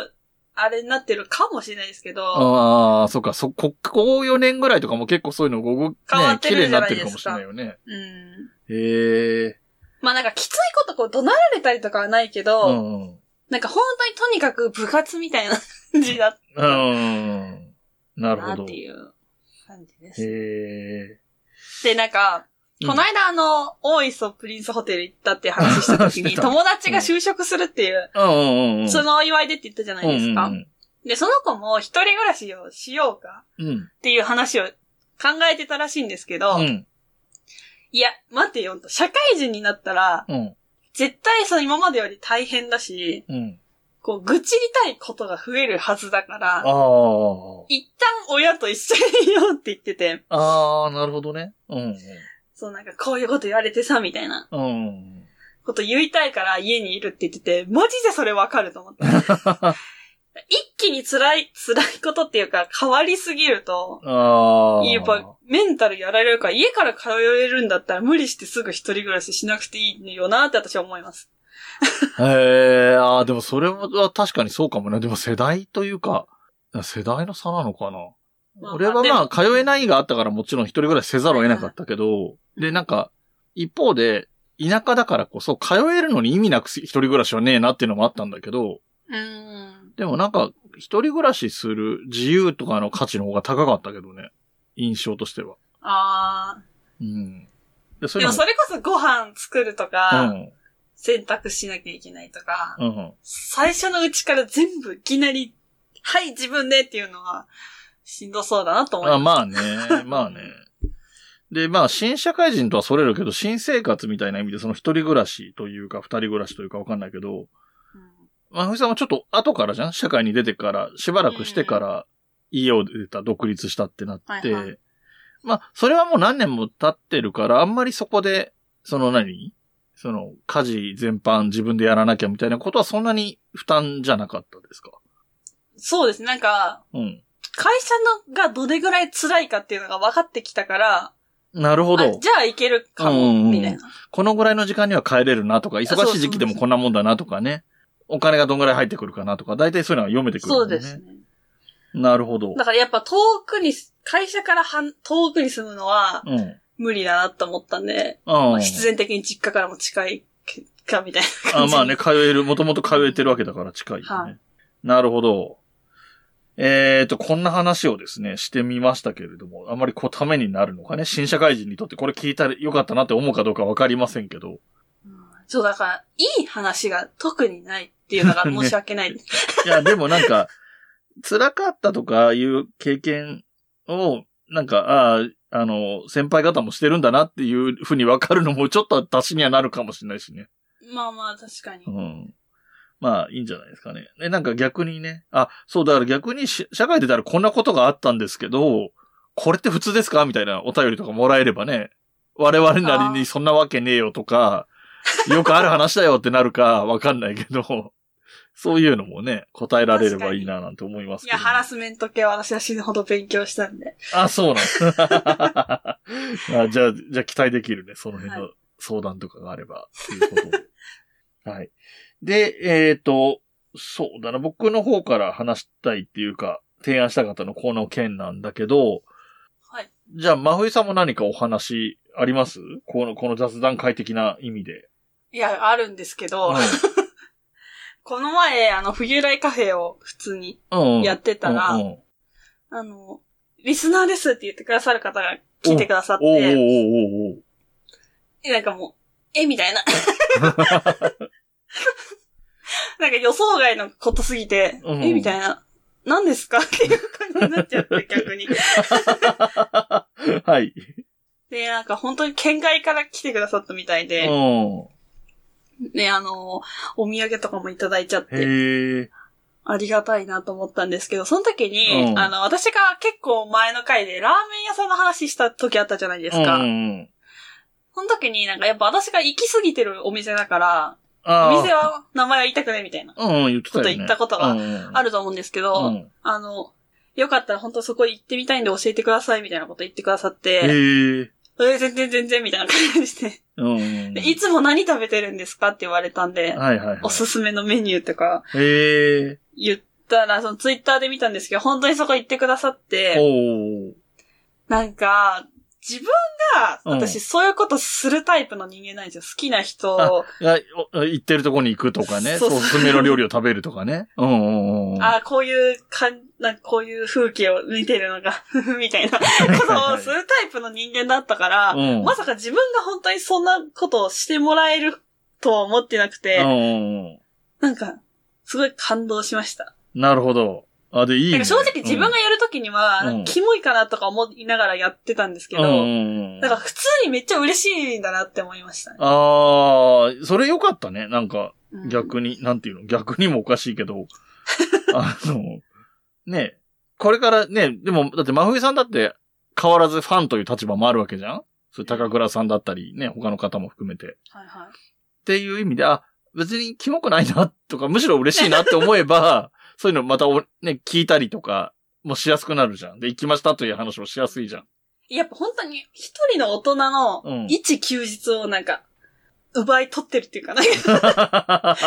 Speaker 2: あれになってるかもしれないですけど、
Speaker 1: ああ、そっか、そ、こ、こう4年ぐらいとかも結構そういうのごご、ね
Speaker 2: 変わっ、て
Speaker 1: 綺
Speaker 2: る
Speaker 1: 麗
Speaker 2: じ
Speaker 1: に
Speaker 2: ゃ
Speaker 1: な
Speaker 2: な
Speaker 1: って
Speaker 2: い
Speaker 1: る
Speaker 2: で
Speaker 1: かも
Speaker 2: す
Speaker 1: し
Speaker 2: か
Speaker 1: れないよね。
Speaker 2: うん。
Speaker 1: へえ。
Speaker 2: まあなんかきついことこう怒鳴られたりとかはないけど、
Speaker 1: うんうん。
Speaker 2: なんか本当にとにかく部活みたいな感じだっ
Speaker 1: うん。な
Speaker 2: た
Speaker 1: るほ
Speaker 2: な
Speaker 1: ど。
Speaker 2: って
Speaker 1: へ
Speaker 2: いう感じです。
Speaker 1: え。
Speaker 2: で、なんか、この間あの、大磯プリンスホテル行ったっていう話した時
Speaker 1: し
Speaker 2: に、
Speaker 1: てた
Speaker 2: 友達が就職するっていう、
Speaker 1: うんうんうん。
Speaker 2: そのお祝いでって言ったじゃないですか
Speaker 1: う。ん
Speaker 2: で、その子も一人暮らしをしようか
Speaker 1: うんうん。
Speaker 2: っていう話を考えてたらしいんですけど、
Speaker 1: うん。
Speaker 2: いや、待てよと、社会人になったら、
Speaker 1: うん。
Speaker 2: 絶対その今までより大変だし、
Speaker 1: うん。
Speaker 2: こう、愚痴りたいことが増えるはずだから、
Speaker 1: ああ。
Speaker 2: 一旦親と一緒にいようって言ってて、
Speaker 1: ああ、なるほどね。うん
Speaker 2: そうなんかこういうこと言われてさ、みたいな
Speaker 1: うん。うんうん。
Speaker 2: こと言いたいから家にいるって言ってて、マジでそれわかると思って。一気に辛い、辛いことっていうか、変わりすぎると、
Speaker 1: ああ。
Speaker 2: やっぱメンタルやられるから、家から通えるんだったら無理してすぐ一人暮らししなくていいよなって私は思います。
Speaker 1: へえ、ああ、でもそれは確かにそうかもね。でも世代というか、世代の差なのかな。
Speaker 2: まあ
Speaker 1: 俺はまあ、
Speaker 2: でも
Speaker 1: 通えないがあったからもちろん一人暮らしせざるを得なかったけど、で、なんか、一方で、田舎だからこそ、通えるのに意味なく一人暮らしはねえなっていうのもあったんだけど、
Speaker 2: うん。
Speaker 1: でもなんか、一人暮らしする自由とかの価値の方が高かったけどね。印象としては。
Speaker 2: あ
Speaker 1: うん。で、
Speaker 2: あ。
Speaker 1: そ
Speaker 2: で
Speaker 1: う
Speaker 2: も
Speaker 1: いうの
Speaker 2: それこそご飯作るとか、
Speaker 1: うん。
Speaker 2: 洗濯しなきゃいけないとか、
Speaker 1: うん。
Speaker 2: 最初のうちから全部いきなり、はい、自分でっていうのは、しんどそうだなと思い
Speaker 1: あ
Speaker 2: ます。
Speaker 1: まあね、まあね。で、まあ、新社会人とはそれるけど、新生活みたいな意味で、その一人暮らしというか、二人暮らしというかわかんないけど、まあ、ふみさんはちょっと後からじゃん社会に出てから、しばらくしてから、家を出た、独立したってなって、
Speaker 2: はいは
Speaker 1: まあ、それはもう何年も経ってるから、あんまりそこで、その何その、家事全般自分でやらなきゃみたいなことはそんなに負担じゃなかったですか
Speaker 2: そうですね。なんか、
Speaker 1: うん。
Speaker 2: 会社のがどれぐらい辛いかっていうのが分かってきたから、
Speaker 1: なるほ
Speaker 2: あ
Speaker 1: ど。
Speaker 2: じゃあいけるか
Speaker 1: うんうんう
Speaker 2: も、
Speaker 1: ん
Speaker 2: みたいな。
Speaker 1: このぐらいの時間には帰れるなとか、忙しい時期でもこんなもんだなとかね。お金がどんぐらい入ってくるかなとか、大体そういうのは読めてくる
Speaker 2: そ
Speaker 1: も
Speaker 2: うん
Speaker 1: ね。
Speaker 2: ですね。
Speaker 1: なるほど。
Speaker 2: だからやっぱ遠くに、会社からはん遠くに住むのは
Speaker 1: うん。うん。
Speaker 2: 無理だなと思ったんで、まあ必然的に実家からも近いか、みたいな
Speaker 1: あ
Speaker 2: 感じ。
Speaker 1: まあね、。通える、もともと通えてるわけだから近いよね。
Speaker 2: はい
Speaker 1: なるほど。えーと、こんな話をですね、してみましたけれども、あまりこうためになるのかね、新社会人にとってこれ聞いたらよかったなって思うかどうかわかりませんけど。
Speaker 2: そう、だから、いい話が特にないっていうのが申し訳ない。
Speaker 1: いや、でもなんか、辛かったとかいう経験を、なんか、ああ、あの、先輩方もしてるんだなっていうふうにわかるのもちょっと足しにはなるかもしれないしね。
Speaker 2: まあまあ、確かに
Speaker 1: う。ん。まあ、いいんじゃないですかね。で、なんか逆にね、あ、そう、だから逆にし社会出たらこんなことがあったんですけど、これって普通ですかみたいなお便りとかもらえればね、我々なりにそんなわけねえよとか、 よくある話だよってなるかわかんないけど、そういうのもね、答えられればいいななんて思います
Speaker 2: い
Speaker 1: けど
Speaker 2: や、ハラスメント系は私は死ぬほど勉強したんで。
Speaker 1: あ、そうなんです。 あじゃあ、じゃあ期待できるね。その辺
Speaker 2: は
Speaker 1: の相談とかがあれば、っていうことで。 はい。で、えっ、と、そうだな。僕の方から話したいっていうか、提案したかったのこの件なんだけど、
Speaker 2: はい。
Speaker 1: じゃあ、真冬さんも何かお話ありますこの、この雑談会的な意味で。
Speaker 2: いや、あるんですけど、
Speaker 1: う
Speaker 2: この前、あの、冬来カフェを普通に
Speaker 1: ん。うん。
Speaker 2: や
Speaker 1: っ
Speaker 2: ってたら、
Speaker 1: うんうん、
Speaker 2: あの、リスナーですって言ってくださる方が来てくださっ
Speaker 1: おーお
Speaker 2: て、
Speaker 1: ーおーおー
Speaker 2: なんかもう、えみたいな。 なんか予想外のことすぎて、
Speaker 1: うん
Speaker 2: えみたいな。何ですかっていう感じになっちゃって、逆 に。
Speaker 1: はい。
Speaker 2: で、なんか本当に県外から来てくださったみたいで、
Speaker 1: う
Speaker 2: ね、あの、お土産とかもいただいちゃっ
Speaker 1: ん。
Speaker 2: て、
Speaker 1: へえ。
Speaker 2: ありがたいなと思ったんですけど、その時に、
Speaker 1: うん
Speaker 2: あの、私が結構前の回でラーメン屋さんの話した時あったじゃないですか。
Speaker 1: うんうんうん
Speaker 2: その時になんかやっぱ私が行き過ぎてるお店だから、
Speaker 1: あー
Speaker 2: お店は名前は言いたくないみたいな、
Speaker 1: うんうん、言ってたよ
Speaker 2: こ
Speaker 1: ね。
Speaker 2: と言ったことがあ
Speaker 1: る
Speaker 2: ると思うんですけど、あの、よかったら本当そこ行ってみたいんで教えてくださいみたいなこと言ってくださって、
Speaker 1: へ
Speaker 2: え
Speaker 1: え。
Speaker 2: ー全然全然みたいな感じで、
Speaker 1: うんうん。
Speaker 2: でいつも何食べてるんですかって言われたんで、
Speaker 1: はいはいはい。
Speaker 2: おすすめのメニューとか
Speaker 1: へえ。
Speaker 2: 言ったら、そのツイッターで見たんですけど、本当にそこ行ってくださって、
Speaker 1: おー
Speaker 2: なんか、自分が、
Speaker 1: うん
Speaker 2: 私、そういうことするタイプの人間なんですよ。好きな人を、
Speaker 1: あお行ってるとこに行くとかね。
Speaker 2: そうそう
Speaker 1: おすすめの料理を食べるとかね。うんうんうん。
Speaker 2: あこういうかん、なんかこういう風景を見てるのが、 みたいなことをするタイプの人間だったから、
Speaker 1: うん
Speaker 2: まさか自分が本当にそんなことをしてもらえるとは思ってなく
Speaker 1: うん
Speaker 2: て、
Speaker 1: うんうん。
Speaker 2: なんか、すごい感動しました。
Speaker 1: なるほど。あ、で、いい
Speaker 2: なん
Speaker 1: ね。
Speaker 2: か正直自分がやるときには、
Speaker 1: うん
Speaker 2: キモいかなとか思いながらやってたんですけど、
Speaker 1: うんうんうん。
Speaker 2: なんか普通にめっちゃ嬉しいんだなって思いましたね。
Speaker 1: ああ、それ良かったね。なんか、
Speaker 2: うん
Speaker 1: 逆に、なんていうの、逆にもおかしいけ ど、あの、ね、これからね、でも、だって真冬さんだって変わらずファンという立場もあるわけじゃんそれ高倉さんだったり、ね、他の方も含めて。
Speaker 2: はいはい。
Speaker 1: っていう意味で、あ、別にキモくないなとか、むしろ嬉しいなって思えば、そういうのまたお、ね、聞いたりとか、もしやすくなるじゃん。で、行きましたという話もしや すいじゃん。
Speaker 2: やっぱ本当に一人の大人の
Speaker 1: うん
Speaker 2: 一休日をなんか、奪い取ってるっていうか、なんか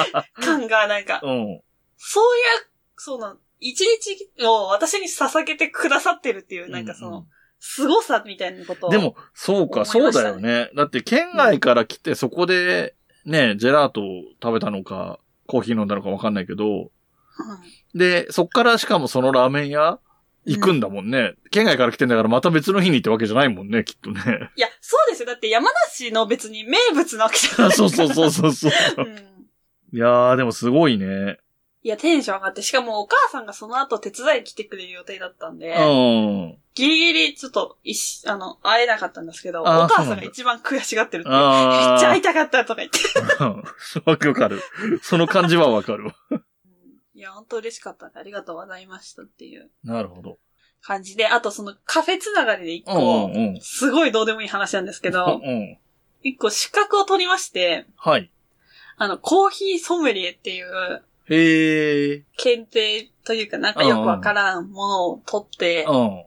Speaker 2: 感がなんか、
Speaker 1: うん。
Speaker 2: そういう、そうなん、一日を私に捧げてくださってるっていう、なんかその、凄さみたいなことを。
Speaker 1: で、も、そうか、
Speaker 2: 思い
Speaker 1: そ
Speaker 2: ま
Speaker 1: う
Speaker 2: した
Speaker 1: だ
Speaker 2: ね
Speaker 1: よね。だって、県外から来て、そこで、ね、ジェラートを食べたのか、コーヒー飲んだのかわかんないけど、で、そっからしかもそのラーメン屋行くんだもんね。県外から来てんだから、また別の日に行ってわけじゃないもんね、きっとね。
Speaker 2: いや、そうですよ。だって山梨の別に名物なわけじゃない。
Speaker 1: そうそうそうそ う そう。
Speaker 2: うん。
Speaker 1: いやー、でもすごいね。
Speaker 2: いや、テンション上がって、しかもお母さんがその後手伝いに来てくれる予定だったんで、
Speaker 1: うん。
Speaker 2: ギリギリちょっと、いし、あの、会えなかったんですけど、お
Speaker 1: あー
Speaker 2: 母
Speaker 1: そ
Speaker 2: さ
Speaker 1: う
Speaker 2: ん
Speaker 1: なん
Speaker 2: が
Speaker 1: だ
Speaker 2: 一番悔しがってるっていう。めっ
Speaker 1: あ
Speaker 2: ちゃ
Speaker 1: ー
Speaker 2: 会いたかったとか言って。
Speaker 1: うん わかる。その感じはわかるわ。
Speaker 2: いや、本当嬉しかったんで、ありがとうございましたっていう
Speaker 1: なるほど。
Speaker 2: 感じで、あとそのカフェつながりで一
Speaker 1: うんう
Speaker 2: 個
Speaker 1: ん、うん。
Speaker 2: すごいどうでもいい話なんですけど
Speaker 1: う、ん。
Speaker 2: 一個資格を取りまして、
Speaker 1: はい。
Speaker 2: あの、コーヒーソムリエっていう
Speaker 1: へえ。
Speaker 2: 検定というかなんかよくわからんものを取って
Speaker 1: う、ん。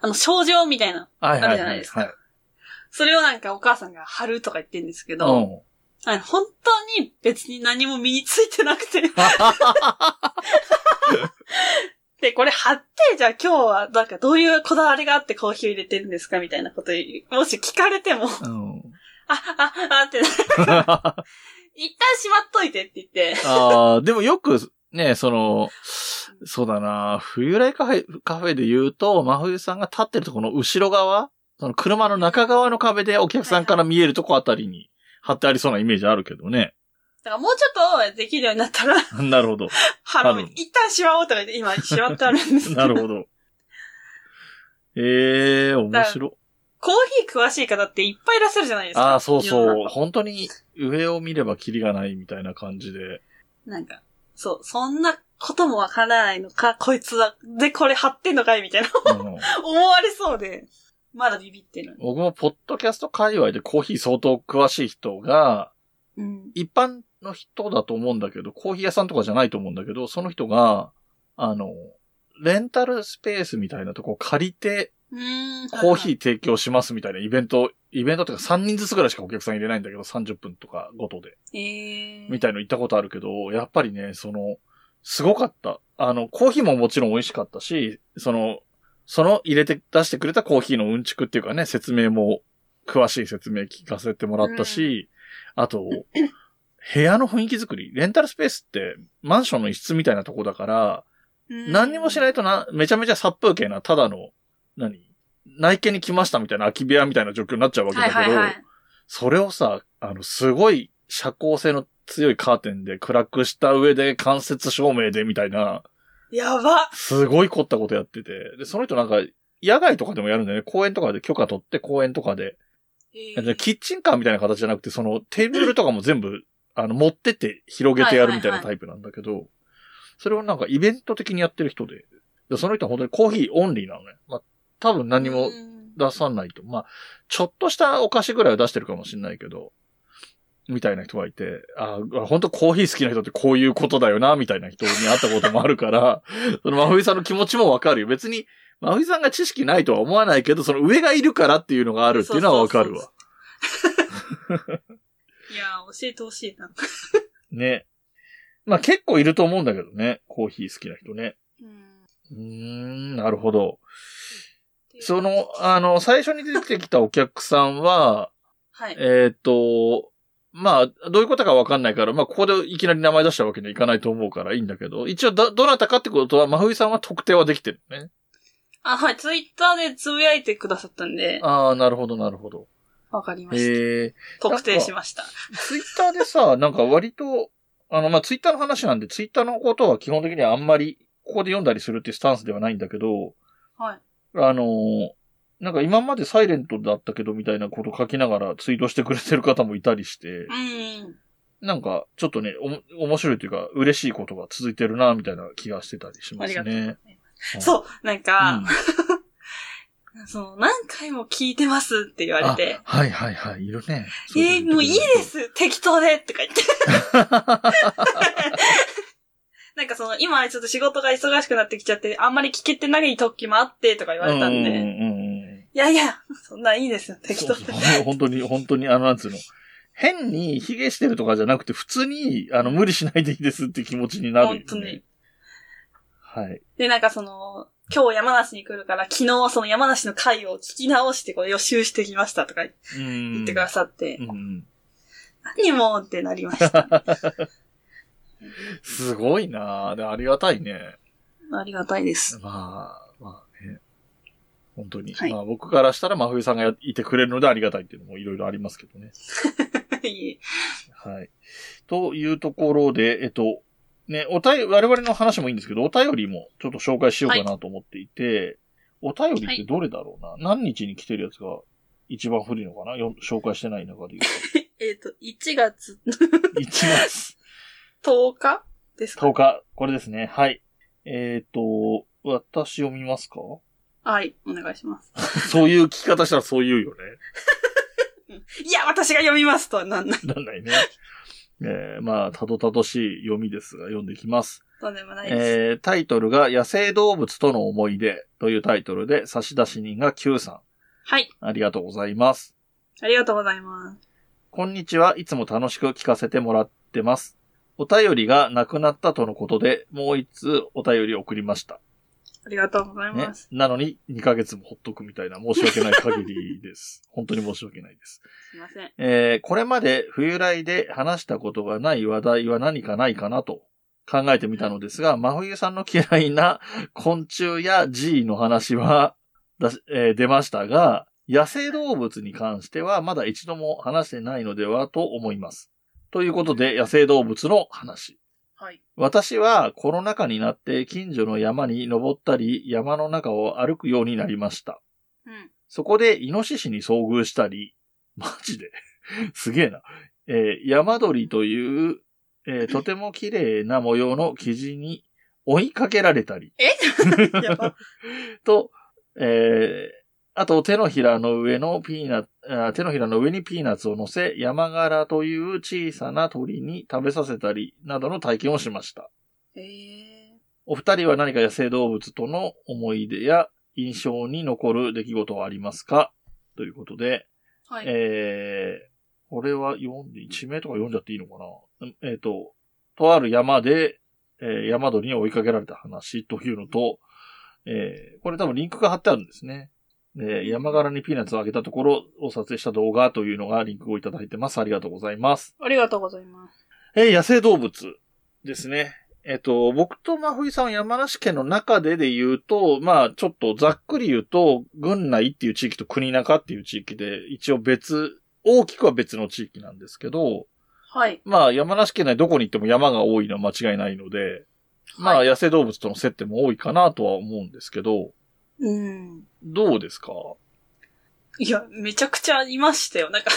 Speaker 2: あの、症状みたいな。
Speaker 1: はい
Speaker 2: あ
Speaker 1: は
Speaker 2: る
Speaker 1: い
Speaker 2: じゃな
Speaker 1: はいい。
Speaker 2: ですかそれをなんかお母さんが貼るとか言ってるんですけ
Speaker 1: う
Speaker 2: ど、
Speaker 1: ん。
Speaker 2: あの本当に別に何も身についてなくて、で、これ貼って、じゃあ今日は、なんかどういうこだわりがあってコーヒーを入れてるんですかみたいなこと、もし聞かれても、あ、
Speaker 1: うん。
Speaker 2: あ、あって、
Speaker 1: あ
Speaker 2: 一旦しまっといてって言って、
Speaker 1: ーでもよく、ね、その、そうだな、冬来カフェ、カフェで言うと、真冬さんが立ってるとこの後ろ側、その車の中側の壁でお客さんから見えるとこあたりに貼ってありそうなイメージあるけどね。
Speaker 2: だからもうちょっとできるようになったら、
Speaker 1: なるほど。
Speaker 2: 貼ろ
Speaker 1: 貼
Speaker 2: う
Speaker 1: る。
Speaker 2: 一旦しまおうとか言って、今しまってあるんですけど。
Speaker 1: なるほど。ええ面白。
Speaker 2: コーヒー詳しい方っていっぱいいらっしゃるじゃないですか。
Speaker 1: ああ、そう
Speaker 2: 世の
Speaker 1: そう。
Speaker 2: 中
Speaker 1: 本当に上を見ればキリがないみたいな感じで。
Speaker 2: なんか、そう、そんなこともわからないのか、こいつは、で、これ貼ってんのかいみたいな、
Speaker 1: うん
Speaker 2: 思われそうで、まだビビってる。
Speaker 1: 僕もポッドキャスト界隈でコーヒー相当詳しい人が、
Speaker 2: うん。
Speaker 1: 一般の人だと思うんだけど、コーヒー屋さんとかじゃないと思うんだけど、その人が、あの、レンタルスペースみたいなとこを借りて、
Speaker 2: うーん。
Speaker 1: コーヒー提供しますみたいなイベント、イベントっていうか3人ずつぐらいしかお客さん入れないんだけど、30分とかごとで。
Speaker 2: えー。
Speaker 1: みたいの行ったことあるけど、やっぱりね、その、すごかった。あの、コーヒーももちろん美味しかったし、その、その入れて出してくれたコーヒーのうんちくっていうかね、説明も、詳しい説明聞かせてもらったし、あと、部屋の雰囲気作り。レンタルスペースって、マンションの一室みたいなとこだから、
Speaker 2: うん
Speaker 1: 何にもしないとな、めちゃめちゃ殺風景な、ただの、何内見に来ましたみたいな空き部屋みたいな状況になっちゃうわけだ
Speaker 2: はい
Speaker 1: けど、
Speaker 2: はいはい。
Speaker 1: それをさ、あの、すごい遮光性の強いカーテンで暗くした上で間接照明でみたいな、
Speaker 2: やば
Speaker 1: すごい凝ったことやってて。で、その人なんか、野外とかでもやるんだよね。公園とかで許可取って公園とかで。
Speaker 2: え
Speaker 1: でキッチンカーみたいな形じゃなくて、そのテーブルとかも全部、あの、持ってって広げてやるみたいなタイプなんだけど、それをなんかイベント的にやってる人で、でその人は本当にコーヒーオンリーなのね。まあ、多分何も
Speaker 2: うん
Speaker 1: 出さないと。まあ、ちょっとしたお菓子ぐらいは出してるかもしれないけど、みたいな人がいて、ああ、本当コーヒー好きな人ってこういうことだよな、みたいな人に会ったこともあるから、 その真冬さんの気持ちもわかるよ。別に、真冬さんが知識ないとは思わないけど、その上がいるからっていうのがあるっていうのはわかる
Speaker 2: そ
Speaker 1: わ。
Speaker 2: いやー、教えてほしいな。
Speaker 1: ね。まあ結構いると思うんだけどね、コーヒー好きな人ね。
Speaker 2: うん。
Speaker 1: うーん、なるほど。その、あの、最初に出てきたお客さんは、
Speaker 2: はい。
Speaker 1: えーっ、と、まあ、どういうことかわかんないから、まあ、ここでいきなり名前出したわけにはいかないと思うからいいんだけど、一応ど、どなたかってことは、真冬さんは特定はできてるね。
Speaker 2: あ、はい、ツイッターでつぶやいてくださったんで、
Speaker 1: ああ、なるほど、なるほど。
Speaker 2: わかりました。
Speaker 1: ええ
Speaker 2: 特定しました。
Speaker 1: ツイッターでさ、 なんか割と、あの、まあ、ツイッターの話なんで、ツイッターのことは基本的にはあんまり、ここで読んだりするっていうスタンスではないんだけど、
Speaker 2: はい。
Speaker 1: あのーなんか今までサイレントだったけどみたいなこと書きながらツイートしてくれてる方もいたりして、
Speaker 2: うん。
Speaker 1: なんか、ちょっとね、おも、面白いというか、嬉しいことが続いてるな、みたいな気がしてたりしま
Speaker 2: あり
Speaker 1: す
Speaker 2: がとうございま
Speaker 1: ね。
Speaker 2: す。そう、なんか、その、何回も聞いてますって言われて
Speaker 1: あ、はいはいはい、いるね。。
Speaker 2: えー、もういいです す適当でとか言って。なんかその、今ちょっと仕事が忙しくなってきちゃって、あんまり聞けてない時もあって、とか言われたんで、
Speaker 1: うん
Speaker 2: い
Speaker 1: うんうんうん。
Speaker 2: やいや、そんなんいいですよ、適
Speaker 1: そ
Speaker 2: 当
Speaker 1: う
Speaker 2: で。
Speaker 1: そう本当に、本当に、あの、なんつうの。変に髭してるとかじゃなくて、普通に、あの、無理しないでいいですって気持ちになる、
Speaker 2: 本当に。。
Speaker 1: はい。
Speaker 2: で、なんかその、今日山梨に来るから、昨日その山梨の回を聞き直して、こう予習してきましたとか
Speaker 1: うん
Speaker 2: 言ってくださって、
Speaker 1: うんうん。
Speaker 2: 何もってなりま した。
Speaker 1: すごいなぁ。で、ありがたいね。
Speaker 2: ありがたいです。
Speaker 1: まあ、まあね。本当に。
Speaker 2: はい
Speaker 1: まあ僕からしたら真冬さんがいてくれるのでありがたいっていうのもいろいろありますけどね。
Speaker 2: いえ
Speaker 1: はい。というところで、えっと、ね、おたよ、我々の話もいいんですけど、お便りもちょっと紹介しようかなと思っていて、お便りってどれだろうな、何日に来てるやつが一番古いのかなよ紹介してない中で言う
Speaker 2: えっと、1月
Speaker 1: と。1月
Speaker 2: 10日ですか
Speaker 1: 10日、これですね。はい。えっ、と、私を見ま すか
Speaker 2: はい、お願いします。
Speaker 1: そういう聞き方したらそう言うよね。
Speaker 2: いや、私が読みますとはなんない。
Speaker 1: なんないね。 えーまあ、たどたどしい読みですが、読んでいきます。
Speaker 2: とんでもないです。
Speaker 1: えータイトルが、野生動物との思い出というタイトルで、差出人が Q さ
Speaker 2: はい、
Speaker 1: ん。ありがとうございます。
Speaker 2: ありがとうございます。
Speaker 1: こんにちは。いつも楽しく聞かせてもらってます。お便りがなくなったとのことで、もう一通お便り送りました。
Speaker 2: ありがとうござい
Speaker 1: ね
Speaker 2: ま。す。
Speaker 1: なのに、2ヶ月もほっとくみたいな、申し訳ない限りです。 本当に申し訳ないです。
Speaker 2: すいません。
Speaker 1: えーこれまで冬来で話したことがない話題は何かないかなと考えてみたのですが、真冬さんの嫌いな 昆虫や G の話は出し、えー出ましたが、野生動物に関してはまだ一度も話してないのではと思います。ということで、野生動物の話。
Speaker 2: はい。
Speaker 1: 私はコロナ禍になって近所の山に登ったり、山の中を歩くようになりました。
Speaker 2: うん。
Speaker 1: そこでイノシシに遭遇したり、 マジですげえな。えー山鳥という、えーとても綺麗な模様の生地に追いかけられたり、
Speaker 2: え やば。
Speaker 1: と、えーあと手のひらの上のピーナあー手のひらの上にピーナッツを乗せ、山柄という小さな鳥に食べさせたり、などの体験をしました。
Speaker 2: えー、
Speaker 1: お二人は何か野生動物との思い出や印象に残る出来事はありますかということで、
Speaker 2: はい。
Speaker 1: えー、これは読んで、地名とか読んじゃっていいのかなうんえっ、と、とある山で、えー山鳥に追いかけられた話というのと、えーこれ多分リンクが貼ってあるんですね。えー山柄にピーナッツをあげたところを撮影した動画というのがリンクをいただいてます。ありがとうございます。
Speaker 2: ありがとうございます。
Speaker 1: えー野生動物ですね。えっ、と、僕と真冬さんは山梨県の中でで言うと、まあ、ちょっとざっくり言うと、群内っていう地域と国中っていう地域で、一応別、大きくは別の地域なんですけど、
Speaker 2: はい。
Speaker 1: まあ、山梨県内どこに行っても山が多いのは間違いないので、まあ、
Speaker 2: はい、
Speaker 1: 野生動物との接点も多いかなとは思うんですけど、
Speaker 2: うん。
Speaker 1: どうですか
Speaker 2: いや、めちゃくちゃいましたよ。なん か、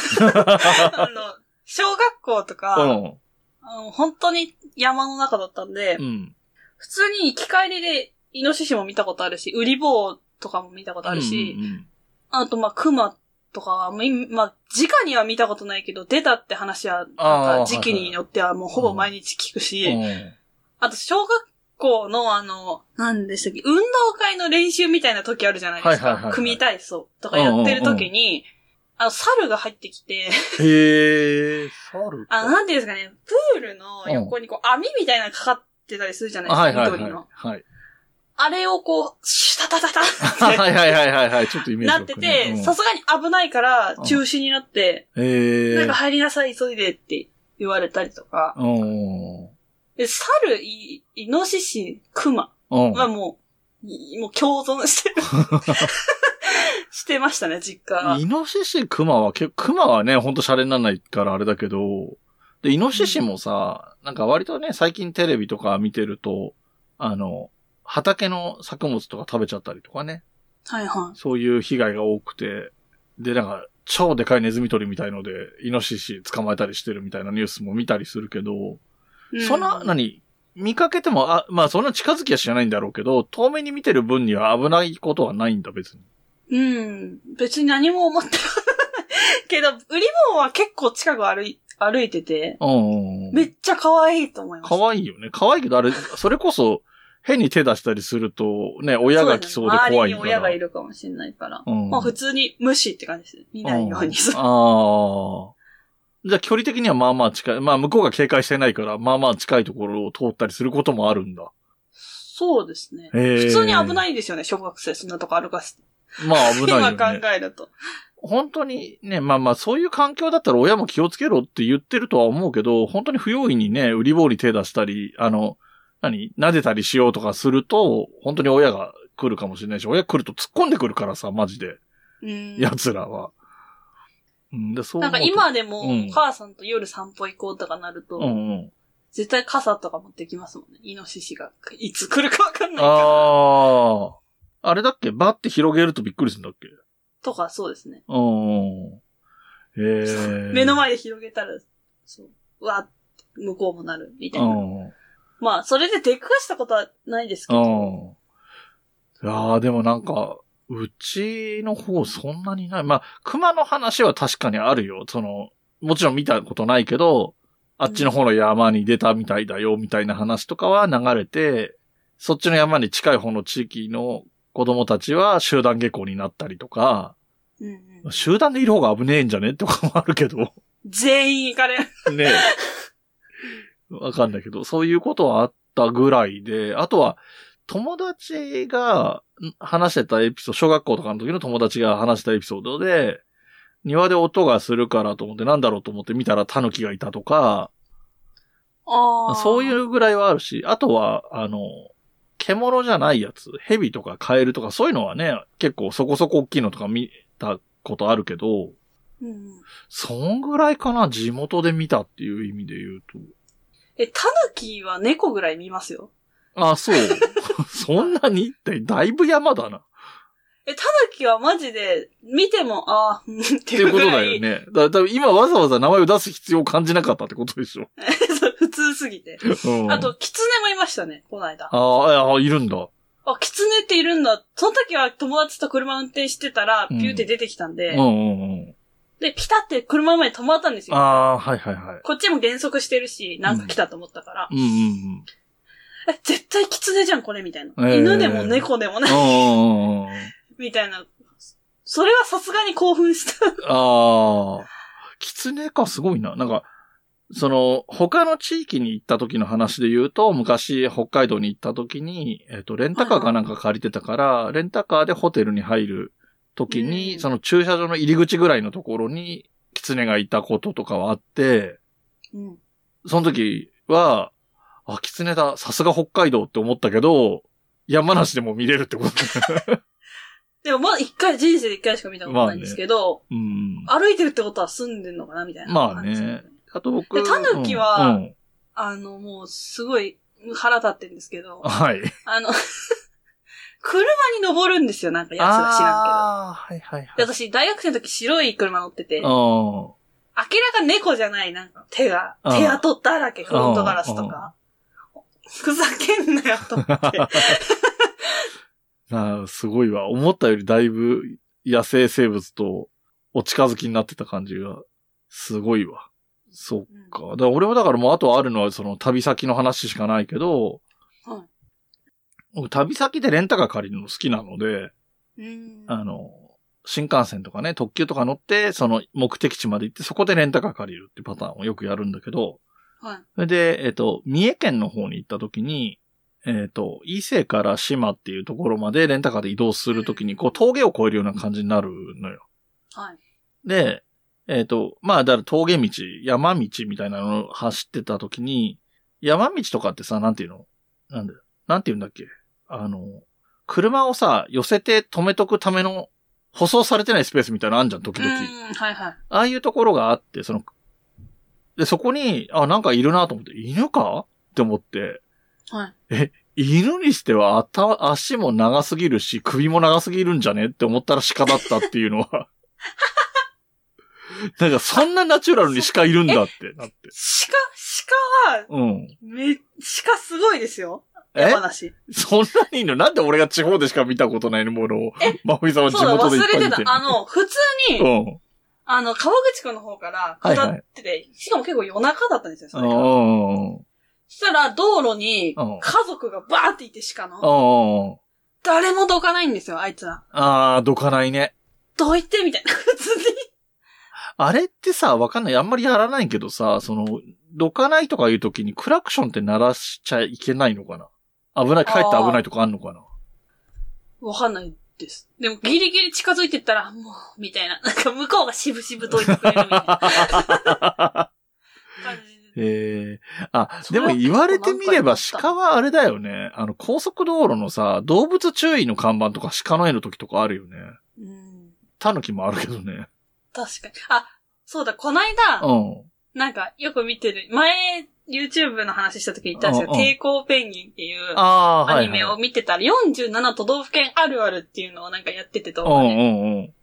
Speaker 2: あの、小学校と
Speaker 1: う
Speaker 2: か、
Speaker 1: ん。
Speaker 2: あの本当に山の中だったんで、
Speaker 1: うん。
Speaker 2: 普通に行き帰りでイノシシも見たことあるし、ウリボウとかも見たことあるし、
Speaker 1: うんうん
Speaker 2: あとまあクマとかは、まあいまあ、直には見たことないけど、出たって話は、なん
Speaker 1: あ
Speaker 2: か
Speaker 1: ー
Speaker 2: 時期によってはもうほぼ毎日聞くし、
Speaker 1: うん。うん
Speaker 2: あと小学校のあの、なんでしたっけ、運動会の練習みたいな時あるじゃないですか。
Speaker 1: はいはいはいはい
Speaker 2: 組体操とかやってる時に、あの、猿が入ってきて、
Speaker 1: へえ、猿か。
Speaker 2: あの、なんていうんですかね、プールの横にこう網みたいなのかかってたりするじゃないですか、
Speaker 1: はいはい
Speaker 2: 緑
Speaker 1: はい
Speaker 2: の。。
Speaker 1: はい。
Speaker 2: あれをこう、シュタタタタって
Speaker 1: はいはいはいはいはい。ちょっとイメー
Speaker 2: な
Speaker 1: ジ湧
Speaker 2: って
Speaker 1: く
Speaker 2: て、
Speaker 1: ねうん
Speaker 2: さすがに危ないから中止になって、
Speaker 1: ええ
Speaker 2: なんか入りなさい、急いでって言われたりとか。
Speaker 1: うん。
Speaker 2: で、猿、イイノシシ、クマ
Speaker 1: うん。
Speaker 2: はもう、いもう共存して る。してましたね、実家は。
Speaker 1: イノシシ、クマは、けクマはね、ほんとシャレにならないからあれだけど、で、イノシシもさ、なんか割とね、最近テレビとか見てると、あの、畑の作物とか食べちゃったりとかね、
Speaker 2: はいは
Speaker 1: そういう被害が多くて、で、なんか、超でかいネズミ捕りみたいので、イノシシ捕まえたりしてるみたいなニュースも見たりするけど、
Speaker 2: い。
Speaker 1: そんな、
Speaker 2: うん
Speaker 1: 何見かけても、あ、まあそんな近づきはしないんだろうけど、遠目に見てる分には危ないことはないんだ、別に。
Speaker 2: うん。別に何も思ってはけど、ウリボウは結構近く歩い、歩いてて、
Speaker 1: うんうんう
Speaker 2: め
Speaker 1: ん。
Speaker 2: っちゃ可愛いと思いました。
Speaker 1: 可愛いよね。可愛いけど、あれ、 それこそ、変に手出したりすると、ね、親が来そうで
Speaker 2: 周
Speaker 1: 怖い
Speaker 2: り
Speaker 1: か
Speaker 2: に
Speaker 1: ら。
Speaker 2: 親がいるかもしれないから。
Speaker 1: うん
Speaker 2: まあ普通に無視って感じです。見ないようにする。
Speaker 1: ああ。じゃあ距離的にはまあまあ近い。まあ向こうが警戒してないから、まあまあ近いところを通ったりすることもあるんだ。
Speaker 2: そうですね。
Speaker 1: へえ
Speaker 2: 普通に危ないですよね、小学生そんなとこ歩かせて。
Speaker 1: まあ危ないよ、ね。
Speaker 2: 今考えると。
Speaker 1: 本当にね、まあまあそういう環境だったら親も気をつけろって言ってるとは思うけど、本当に不用意にね、売り棒に手出したり、あの、何、撫でたりしようとかすると、本当に親が来るかもしれないし、親来ると突っ込んでくるからさ、マジで。
Speaker 2: うん。
Speaker 1: 奴らは。うん、で、そう
Speaker 2: な
Speaker 1: 思
Speaker 2: ん
Speaker 1: う
Speaker 2: か
Speaker 1: と
Speaker 2: 今でも、
Speaker 1: うん
Speaker 2: お母さんと夜散歩行こうとかなると、
Speaker 1: うんうん。
Speaker 2: 絶対傘とか持ってきますもんね。イノシシが。いつ来るかわかんないから。
Speaker 1: ああ。あれだっけバって広げるとびっくりするんだっけ
Speaker 2: とか、そうですね。
Speaker 1: うんうん。え え。
Speaker 2: 目の
Speaker 1: 前
Speaker 2: 前で広げたら、そう、うわ向こうもなる、みたいうな。
Speaker 1: んうん。
Speaker 2: まあ、それで出くわしたことはないですけ
Speaker 1: う
Speaker 2: ど。
Speaker 1: ん。いやーでもなんか、うちの方そんなにない。まあ、熊の話は確かにあるよ。その、もちろん見たことないけど、あっちの方の山に出たみたいだよ、みたいな話とかは流れて、そっちの山に近い方の地域の子供たちは集団下校になったりとか、
Speaker 2: うんうん、
Speaker 1: 集団でいる方が危ねえんじゃねとかもあるけど。
Speaker 2: 全員行かれる。
Speaker 1: ねえ。わかんないけど、そういうことはあったぐらいで、あとは、友達がん話してたエピソード、小学校とかの時の友達が話してたエピソードで、庭で音がするからと思って、なんだろうと思って見たら狸がいたとか、
Speaker 2: ああ。
Speaker 1: そういうぐらいはあるし、あとは、あの、獣じゃないやつ、蛇とかカエルとかそういうのはね、結構そこそこ大きいのとか見たことあるけど、
Speaker 2: うんうん。
Speaker 1: そんぐらいかな、地元で見たっていう意味で言うと。
Speaker 2: え、タヌキは猫ぐらい見ますよ。
Speaker 1: あ、そう。 そんなにって、だいぶ山だな。っ
Speaker 2: え、タヌキはマジで、見ても、ああ、うんって
Speaker 1: て
Speaker 2: い
Speaker 1: いううこ
Speaker 2: ぐ
Speaker 1: と
Speaker 2: ら
Speaker 1: だ
Speaker 2: い。
Speaker 1: よ ね。だ多分今わざわざ名前を出す必要を感じなかったってことでしょ。
Speaker 2: そう 普通すぎて。
Speaker 1: うん、
Speaker 2: あと、キツネもいましたね、この間。
Speaker 1: あーあー、いるんだ。
Speaker 2: あ、キツネっているんだ。その時は友達と車運転してたら、
Speaker 1: う
Speaker 2: ピ
Speaker 1: ん
Speaker 2: ューって出てきたんで、
Speaker 1: うんうんうん。
Speaker 2: で、ピタって車の前に止まったんです
Speaker 1: あ
Speaker 2: よ。
Speaker 1: あ、はいはいはい。
Speaker 2: こっちも減速してるし、なんか来たと思ったから、
Speaker 1: うんうん
Speaker 2: え、絶対キツネじゃん、これ、みたいな。
Speaker 1: えー
Speaker 2: 犬でも猫でもない、
Speaker 1: うん。うんうんうんうん。
Speaker 2: みたいな。それはさすがに興奮した。
Speaker 1: ああ、狐か、すごいな。なんか、その、他の地域に行った時の話で言うと、昔、北海道に行った時に、えっ、と、レンタカーかなんか借りてたから、レンタカーでホテルに入る時
Speaker 2: うん
Speaker 1: に、その駐車場の入り口ぐらいのところに、狐がいたこととかはあって、
Speaker 2: うん。
Speaker 1: その時は、あ、狐だ、さすが北海道って思ったけど、山梨でも見れるってことだね。
Speaker 2: でも、まだ一回、人生で一回しか見たことないんですけど、
Speaker 1: うん。
Speaker 2: 歩いてるってことは住んでんのかな、みたいな
Speaker 1: まあ
Speaker 2: 感
Speaker 1: ね
Speaker 2: じ。
Speaker 1: あと僕、
Speaker 2: で狸は
Speaker 1: うんうん
Speaker 2: あの、もう、すごい、腹立ってんですけど、
Speaker 1: はい。
Speaker 2: あの、 車に登るんですよ、なんかやつが知らんけど。
Speaker 1: ああ、はいはいは
Speaker 2: で
Speaker 1: い。
Speaker 2: 私、大学生の時白い車乗ってて、
Speaker 1: う
Speaker 2: 明
Speaker 1: ん。
Speaker 2: らか猫じゃない、なんか手が、
Speaker 1: うん
Speaker 2: 手跡だらけ、フロントガラスとか。ふざけんなよ、 と思って。
Speaker 1: なあ、すごいわ。思ったよりだいぶ野生生物とお近づきになってた感じが、すごいわ。そっか。だから俺はだからもうあとあるのはその旅先の話しかないけど、
Speaker 2: はい
Speaker 1: 僕旅先でレンタカー借りるの好きなので、
Speaker 2: うん
Speaker 1: あの、新幹線とかね、特急とか乗って、その目的地まで行って、そこでレンタカー借りるってパターンをよくやるんだけど、
Speaker 2: はい。
Speaker 1: それで、えっと、三重県の方に行った時に、えっと、伊勢から島っていうところまでレンタカーで移動するときに、こう峠を越えるような感じになるのよ。
Speaker 2: はい。
Speaker 1: で、えっと、まあ、だから峠道、山道みたいなのを走ってたときに、山道とかってさ、なんていうのなんだよ。なんて言うんだっけあの、車をさ、寄せて止めとくための、舗装されてないスペースみたいなのあんじゃん、時
Speaker 2: う
Speaker 1: 々。
Speaker 2: ん、はいはい。
Speaker 1: ああいうところがあって、その、で、そこに、あ、なんかいるなと思って、犬かって思って、
Speaker 2: はい。
Speaker 1: 犬にしては頭、足も長すぎるし、首も長すぎるんじゃねって思ったら鹿だったっていうのは。 なんか、そんなナチュラルに鹿いるんだってなって。
Speaker 2: 鹿、鹿は、
Speaker 1: うん。
Speaker 2: め、鹿すごいですよ。
Speaker 1: え
Speaker 2: 山梨。
Speaker 1: そんなにいいのなんで俺が地方でしか見たことないものを、まふいさんは地
Speaker 2: そうだ、
Speaker 1: 元
Speaker 2: 忘
Speaker 1: でいっぱい
Speaker 2: れ
Speaker 1: 見
Speaker 2: て
Speaker 1: て
Speaker 2: た。あの、普通に、
Speaker 1: る。うん。
Speaker 2: あの、川口くんの方から
Speaker 1: はい
Speaker 2: 下
Speaker 1: はい
Speaker 2: ってて、しかも結構夜中だったんですよ、それが。
Speaker 1: うん。
Speaker 2: そしたら、道路に
Speaker 1: うん
Speaker 2: 家族がバーっていて鹿の。
Speaker 1: うん。
Speaker 2: 誰もどかないんですよ、あいつら。
Speaker 1: あー、どかないね。
Speaker 2: どいてみたいな。普通に。
Speaker 1: あれってさ、わかんない。あんまりやらないけどさ、その、どかないとかいう時にクラクションって鳴らしちゃいけないのかな危ない、帰って危ないとかあんのかな
Speaker 2: わかんないです。でも、ギリギリ近づいてったら、もう、みたいな。なんか、向こうが渋々どいてくれるみたい な感じで。
Speaker 1: ええあ、
Speaker 2: それ
Speaker 1: で
Speaker 2: は
Speaker 1: も言われてみれば
Speaker 2: 結構何回
Speaker 1: 鹿はあれだよね。あの、高速道路のさ、動物注意の看板とか鹿の絵の時とかあるよね。
Speaker 2: うん。
Speaker 1: タヌキもあるけどね。
Speaker 2: 確かに。あ、そうだ、こないだ、
Speaker 1: うん。
Speaker 2: なんか、よく見てる。前、YouTube の話した時に言ったんですよ。
Speaker 1: うんうん
Speaker 2: 抵抗ペンギンっていう
Speaker 1: ああー、
Speaker 2: ア
Speaker 1: は
Speaker 2: ニ
Speaker 1: い、は
Speaker 2: メ
Speaker 1: い。
Speaker 2: を見てたら、47都道府県あるあるっていうのをなんかやっててと、
Speaker 1: うんうんうん。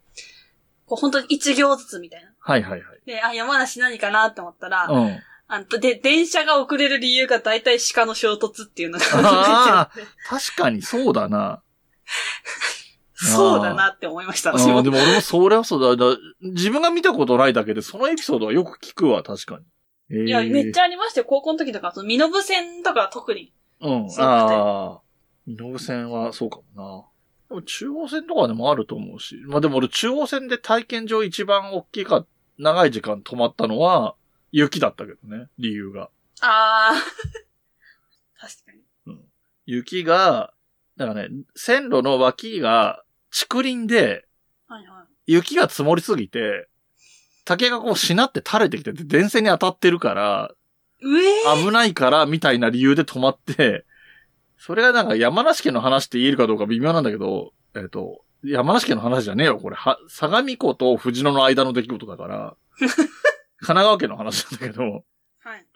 Speaker 2: こう本当に1行ずつみたいな。
Speaker 1: はいはいはい。
Speaker 2: で、あ、山梨何かなって思ったら、
Speaker 1: うん。
Speaker 2: あの、で、電車が遅れる理由が大体鹿の衝突っていうのが
Speaker 1: あ
Speaker 2: 出てて
Speaker 1: 確かにそうだな。
Speaker 2: そうだなって思いました、
Speaker 1: うん
Speaker 2: 私も。
Speaker 1: でも俺もそれはそうだだ。自分が見たことないだけで、そのエピソードはよく聞くわ、確かに。ええ
Speaker 2: いや、めっちゃありましたよ。高校の時とか、その、身延線とか特に。
Speaker 1: う
Speaker 2: 強
Speaker 1: ん
Speaker 2: く。て
Speaker 1: ああ。身延線はそうかもな。でも中央線とかでもあると思うし。まあでも俺中央線で体験上一番大きいか、長い時間止まったのは、雪だったけどね、理由が。
Speaker 2: あー。 確かに。
Speaker 1: 雪が、だからね、線路の脇が竹林で、
Speaker 2: はいはい。
Speaker 1: 雪が積もりすぎて、竹がこうしなって垂れてきてて、電線に当たってるから、
Speaker 2: うえー
Speaker 1: 危ないから、みたいな理由で止まって、それがなんか山梨県の話って言えるかどうか微妙なんだけど、えっ、と、山梨県の話じゃねえよ、これ。は、相模湖と富士野の間の出来事だから、神奈川県の話なんだけど、
Speaker 2: はい。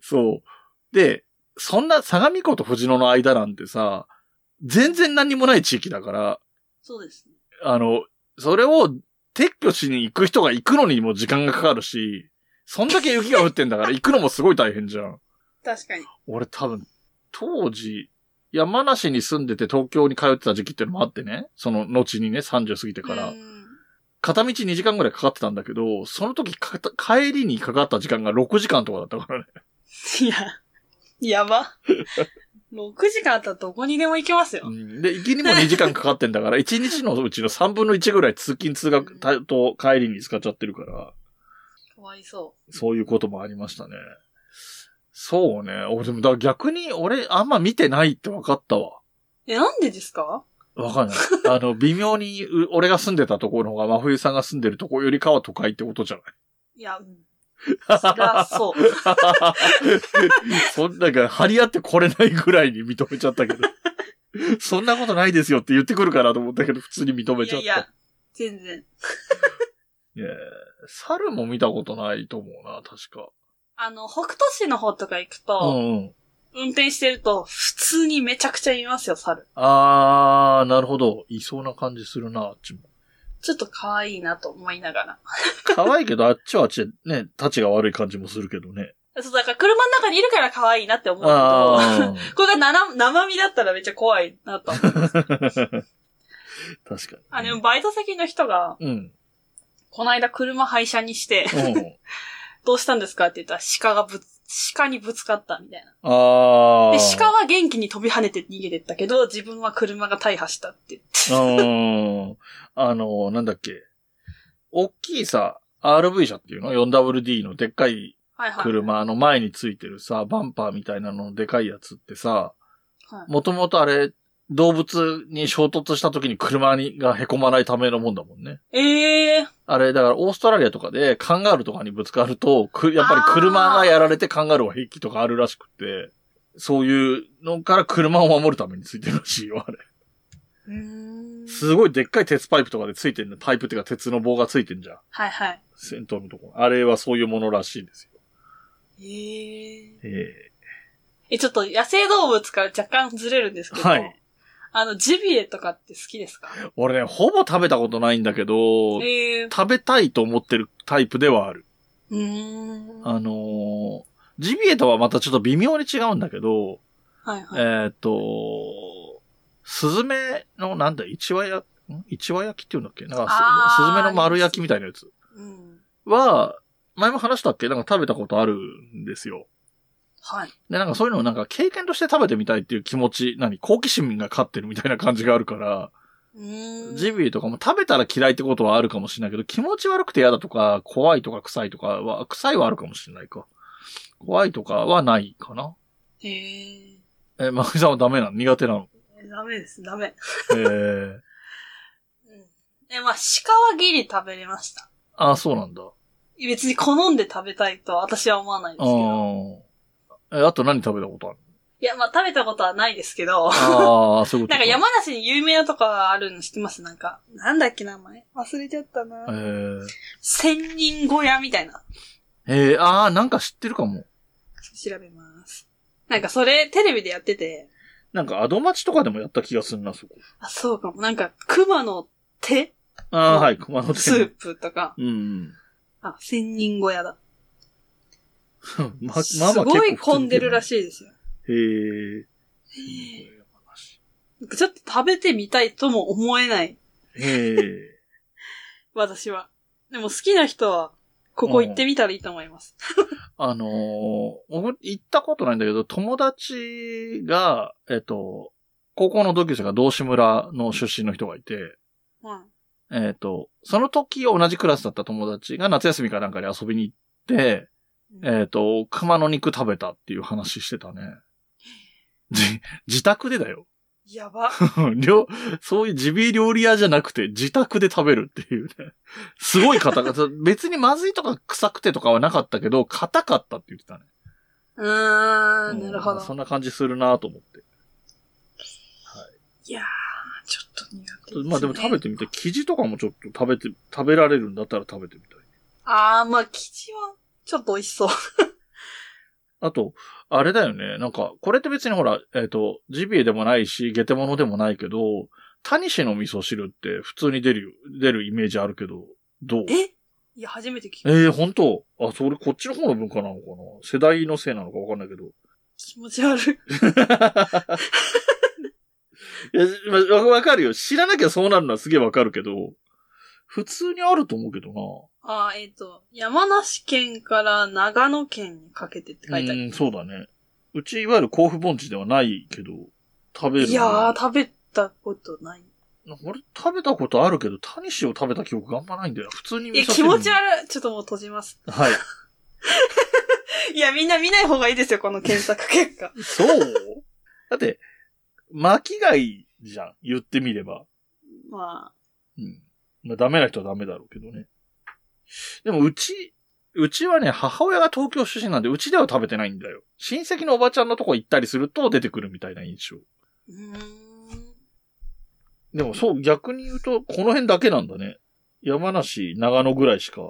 Speaker 1: そう。で、そんな相模湖と富士野の間なんてさ、全然何もない地域だから、
Speaker 2: そうですね。
Speaker 1: あの、それを撤去しに行く人が行くのにも時間がかかるし、そんだけ雪が降ってんだから行くのもすごい大変じゃん。
Speaker 2: 確かに。
Speaker 1: 俺多分、当時、山梨に住んでて東京に通ってた時期っていうのもあってね、その後にね、30過ぎてから
Speaker 2: う、ん
Speaker 1: 片道2時間ぐらいかかってたんだけど、その時かた帰りにかかった時間が6時間とかだったからね。
Speaker 2: いや、や ば。6時間あったらどこにでも行けますよ。
Speaker 1: で、行きにも2時間かかってんだから、1日 のうちの3分の1ぐらい通勤通学たと帰りに使っちゃってるから、
Speaker 2: かわいそ
Speaker 1: そういうこともありましたね。そうね。俺でも、だから逆に俺あんま見てないって分かったわ。
Speaker 2: う。え、なんでですか
Speaker 1: わかんない。 あの、微妙に、う俺が住んでたところの方が、真冬さんが住んでるところよりかは都会ってことじゃない
Speaker 2: いや、うん。そりゃそう。
Speaker 1: そんなんか、張り合ってこれないぐらいに認めちゃったけど。 そんなことないですよって言ってくるかなと思ったけど、普通に認め
Speaker 2: い
Speaker 1: ちゃ
Speaker 2: や
Speaker 1: っ
Speaker 2: い
Speaker 1: た。
Speaker 2: や、全然。
Speaker 1: いや猿も見たことないと思うな、確か。
Speaker 2: あの、北斗市の方とか行く
Speaker 1: う
Speaker 2: と、
Speaker 1: んうん。
Speaker 2: 運転してると、普通にめちゃくちゃいますよ、猿。
Speaker 1: あー、なるほど。いそうな感じするな、あっちも。
Speaker 2: ちょっと可愛いなと思いながら。
Speaker 1: 可愛いけど、あっちはあっちでね、立ちが悪い感じもするけど ね。
Speaker 2: そう、だから車の中にいるから可愛いなって思うけど、
Speaker 1: あー。
Speaker 2: これがなら生身だったらめっちゃ怖いなと思う。
Speaker 1: 確かに。
Speaker 2: あ、でもバイト先の人が、
Speaker 1: うん。
Speaker 2: この間車廃車にして、
Speaker 1: うん。
Speaker 2: どうしたんですかって言ったら鹿がぶつ、鹿にぶつかったみたいな。
Speaker 1: ああ。
Speaker 2: で、鹿は元気に飛び跳ねて逃げてったけど、自分は車が大破したって言って。
Speaker 1: うん。あの、なんだっけ。大きいさ、RV 車っていうの ?4WD のでっかい
Speaker 2: はいはい。
Speaker 1: 車の前についてるさ、バンパーみたいなののでかいやつってさ、
Speaker 2: はい。
Speaker 1: もともとあれ、動物に衝突した時に車にが凹まないためのもんだもんね。
Speaker 2: ええー、
Speaker 1: あれ、だからオーストラリアとかでカンガルーとかにぶつかると、くやっぱり車がやられてカンガルーは平気とかあるらしくて、そういうのから車を守るためについてるらしいよ、あれ。
Speaker 2: うーん。
Speaker 1: すごいでっかい鉄パイプとかでついてんの、パイプっていうか鉄の棒がついてんじゃん。
Speaker 2: はいはい。
Speaker 1: 先頭のとこ。あれはそういうものらしいですよ。
Speaker 2: ええー。
Speaker 1: え
Speaker 2: え、ちょっと野生動物から若干ずれるんですけど、
Speaker 1: はい
Speaker 2: あの、ジビエとかって好きですか
Speaker 1: え俺ね、ほぼ食べたことないんだけど、
Speaker 2: ええー。
Speaker 1: 食べたいと思ってるタイプではある。
Speaker 2: うーん。は
Speaker 1: あのージビエとはまたちょっと微妙に違うんだけど、
Speaker 2: いはい。
Speaker 1: えーっ、と、スズメの、なんだ、一話焼、ん一話焼きっていうんだっけなんか
Speaker 2: あ
Speaker 1: す、
Speaker 2: ー
Speaker 1: スズメの丸焼きみたいなやつ。
Speaker 2: うん。
Speaker 1: は、前も話したっけなんか食べたことあるんですよ。
Speaker 2: はい。
Speaker 1: で、なんかそういうのをなんか経験として食べてみたいっていう気持ち、何好奇心が勝ってるみたいな感じがあるから、
Speaker 2: うーん。
Speaker 1: ジビエとかも食べたら嫌いってことはあるかもしれないけど、気持ち悪くて嫌だとか、怖いとか臭いとかは、臭いはあるかもしれないか。怖いとかはないかな。
Speaker 2: へえ。
Speaker 1: え、まふさんはダメなの苦手なの。
Speaker 2: ダメです、ダメ。
Speaker 1: え ー、
Speaker 2: うん。え、まあ、鹿はギリ食べれました。
Speaker 1: あ、そうなんだ。
Speaker 2: 別に好んで食べたいとは私は思わないんですけど。
Speaker 1: ああ。え、あと何食べたことある
Speaker 2: いや、まあ、食べたことはないですけど。
Speaker 1: ああ、そういうこ
Speaker 2: な
Speaker 1: と
Speaker 2: んか山梨に有名なとこがあるの知ってますなんか、なんだっけ名前忘れちゃった
Speaker 1: え
Speaker 2: な。
Speaker 1: ー、
Speaker 2: 千人小屋みたいな。
Speaker 1: えー、ああ、なんか知ってるかも。
Speaker 2: 調べます。なんかそれ、テレビでやってて、
Speaker 1: なんか、アドマチとかでもやった気がするな、そこ。
Speaker 2: あ、そうかも。なんか、熊の手
Speaker 1: ああ、
Speaker 2: うん
Speaker 1: はい、熊野
Speaker 2: スー
Speaker 1: 店。
Speaker 2: プとか、
Speaker 1: うんうん。
Speaker 2: あ、千人小屋だ。
Speaker 1: ま、
Speaker 2: す
Speaker 1: まあまあ
Speaker 2: ごい混んでるら
Speaker 1: い。
Speaker 2: しいですよ。
Speaker 1: へえ。
Speaker 2: なんかちょっと食べてみたいとも思えない、
Speaker 1: へえ。
Speaker 2: 私は。でも好きな人は、ここ行ってみたらいいと思います。
Speaker 1: あのー僕、行ったことないんだけど、友達が、えっと、高校の同級生が道志村の出身の人がいて、
Speaker 2: うん。
Speaker 1: えっと、その時同じクラスだった友達が夏休みかなんかに遊びに行って、えっと、熊の肉食べたっていう話してたね。じ、自宅でだよ。
Speaker 2: やば。
Speaker 1: 料、そういうジビエ料理屋じゃなくて、自宅で食べるっていうね。すごい硬かった。 別にまずいとか臭くてとかはなかったけど、硬かったって言ってたね。
Speaker 2: うーん、なるほ
Speaker 1: うんそ
Speaker 2: ど。
Speaker 1: んな感じするなと思って。
Speaker 2: いやー、ちょっと苦手すね
Speaker 1: まあでも食べてみて、生地とかもちょっと食べて、食べられるんだったら食べてみたい。
Speaker 2: あー、まあ、生地は、ちょっと美味しそう。
Speaker 1: あと、あれだよね。なんか、これって別にほら、えっ、と、ジビエでもないし、ゲテモノでもないけど、タニシの味噌汁って普通に出るよ、出るイメージあるけど、どう
Speaker 2: えいや、初めて聞く。
Speaker 1: ええ本当あ、それこっちの方の文化なのかな世代のせいなのかわかんないけど。
Speaker 2: 気持ち悪い。
Speaker 1: いやまわ、わかるよ。知らなきゃそうなるのはすげえわかるけど、普通にあると思うけどな。
Speaker 2: あー、えっ、と、山梨県から長野県にかけてって書いてある。
Speaker 1: うん、そうだね。うち、いわゆる甲府盆地ではないけど、食べるの。
Speaker 2: いやー、食べたことない。
Speaker 1: なんか俺食べたことあるけど、タニシを食べた記憶があんまないんだよ。普通に
Speaker 2: いや、
Speaker 1: 噌
Speaker 2: 気
Speaker 1: 汁
Speaker 2: 持ち悪い。ちょっともう閉じます。
Speaker 1: はい。
Speaker 2: いや、みんな見ない方がいいですよ、この検索結果。
Speaker 1: そうだって、巻貝じゃん。言ってみれば。
Speaker 2: まあ、
Speaker 1: うん。まあ、ダメな人はダメだろうけどね。でも、うち、うちはね、母親が東京出身なんで、うちでは食べてないんだよ。親戚のおばちゃんのとこ行ったりすると出てくるみたいな印象。
Speaker 2: うーん。
Speaker 1: でも、そう、逆に言うと、この辺だけなんだね。山梨、長野ぐらいしか、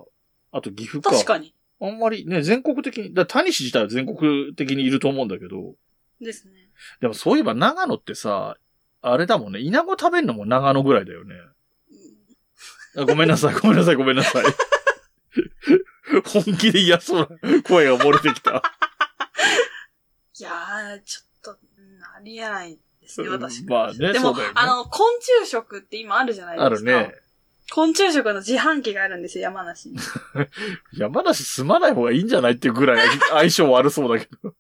Speaker 1: あと岐阜か。
Speaker 2: 確かに。
Speaker 1: あんまりね、全国的に、だから谷氏自体は全国的にいると思うんだけど、
Speaker 2: ですね。
Speaker 1: でもそういえば長野ってさ、あれだもんね、稲子食べるのも長野ぐらいだよね。
Speaker 2: うん
Speaker 1: あごめんなさい、ごめんなさい、ごめん なさい。本気で嫌そうな声が漏れてきた。
Speaker 2: いやー、ちょっと、うんありえないですね、私。
Speaker 1: まあね、
Speaker 2: で
Speaker 1: そ
Speaker 2: も、
Speaker 1: うだよね。
Speaker 2: あの、昆虫食って今あるじゃないですか。
Speaker 1: あるね。。
Speaker 2: 昆虫食の自販機があるんですよ、山梨に。
Speaker 1: 山梨住まない方がいいんじゃないっていうぐらい相性悪そうだけど。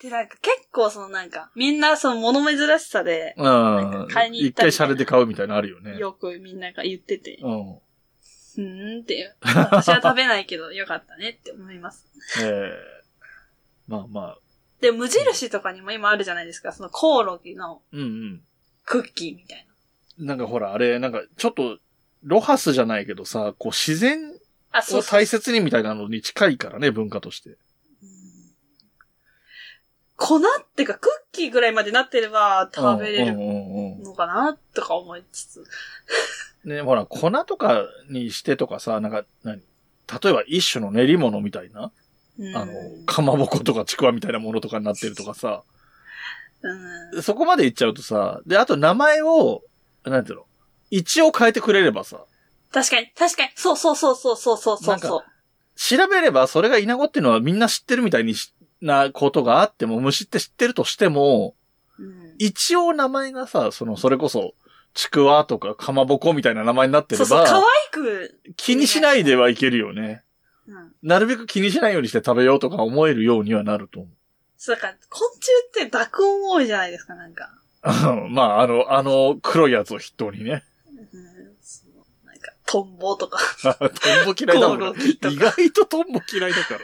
Speaker 2: で、なんか結構そのなんか、みんなその物珍しさで、
Speaker 1: うん
Speaker 2: か。買いに行
Speaker 1: 一
Speaker 2: ったり
Speaker 1: 回シャレで買うみたいなのあるよね。
Speaker 2: よくみんなが言ってて、
Speaker 1: うん。
Speaker 2: うーんっていう。私は食べないけどよかったねって思います。
Speaker 1: ええまあまあ。
Speaker 2: で、無印とかにも今あるじゃないですか、そのコオロギの
Speaker 1: うんうん。
Speaker 2: クッキーみたいな。
Speaker 1: なんかほら、あれ、なんか、ちょっと、ロハスじゃないけどさ、こう、自然
Speaker 2: あ、そ
Speaker 1: を
Speaker 2: うそう
Speaker 1: 大切にみたいなのに近いからね、文化として。
Speaker 2: うん粉ってか、クッキーぐらいまでなってれば食べれ
Speaker 1: う
Speaker 2: る
Speaker 1: んうんうんうん
Speaker 2: のかなとか思いつつ。
Speaker 1: ね、ほら、粉とかにしてとかさ、なんか、何例えば一種の練り物みたいな、
Speaker 2: うん
Speaker 1: あの、かまぼことかちくわみたいなものとかになってるとかさ、
Speaker 2: うん
Speaker 1: そこまでいっちゃうとさ、で、あと名前を、なんていうの一応変えてくれればさ、
Speaker 2: 確かに、確かに、そうそうそうそうそうそうそ
Speaker 1: な
Speaker 2: うん
Speaker 1: か調べればそれがイナゴっていうのはみんな知ってるみたいにしなことがあっても、虫って知ってるとしても、
Speaker 2: うん。
Speaker 1: 一応名前がさ、その、それこそ、ちくわとかかまぼこみたいな名前になって
Speaker 2: そ
Speaker 1: れ
Speaker 2: うそう、可愛
Speaker 1: ば、
Speaker 2: く、
Speaker 1: 気にしないではいけるよね。
Speaker 2: うん。
Speaker 1: なるべく気にしないようにして食べようとか思えるようにはなると思う。
Speaker 2: そう、だから、昆虫って濁音多いじゃないですか、なんか。
Speaker 1: うん まあ、あの、あの、黒いやつを筆頭 にね。
Speaker 2: うん、そのなんか、トンボとか。
Speaker 1: トンボ嫌いだもん
Speaker 2: コオロ
Speaker 1: ね。
Speaker 2: ギとか
Speaker 1: 意外とトンボ嫌い だから。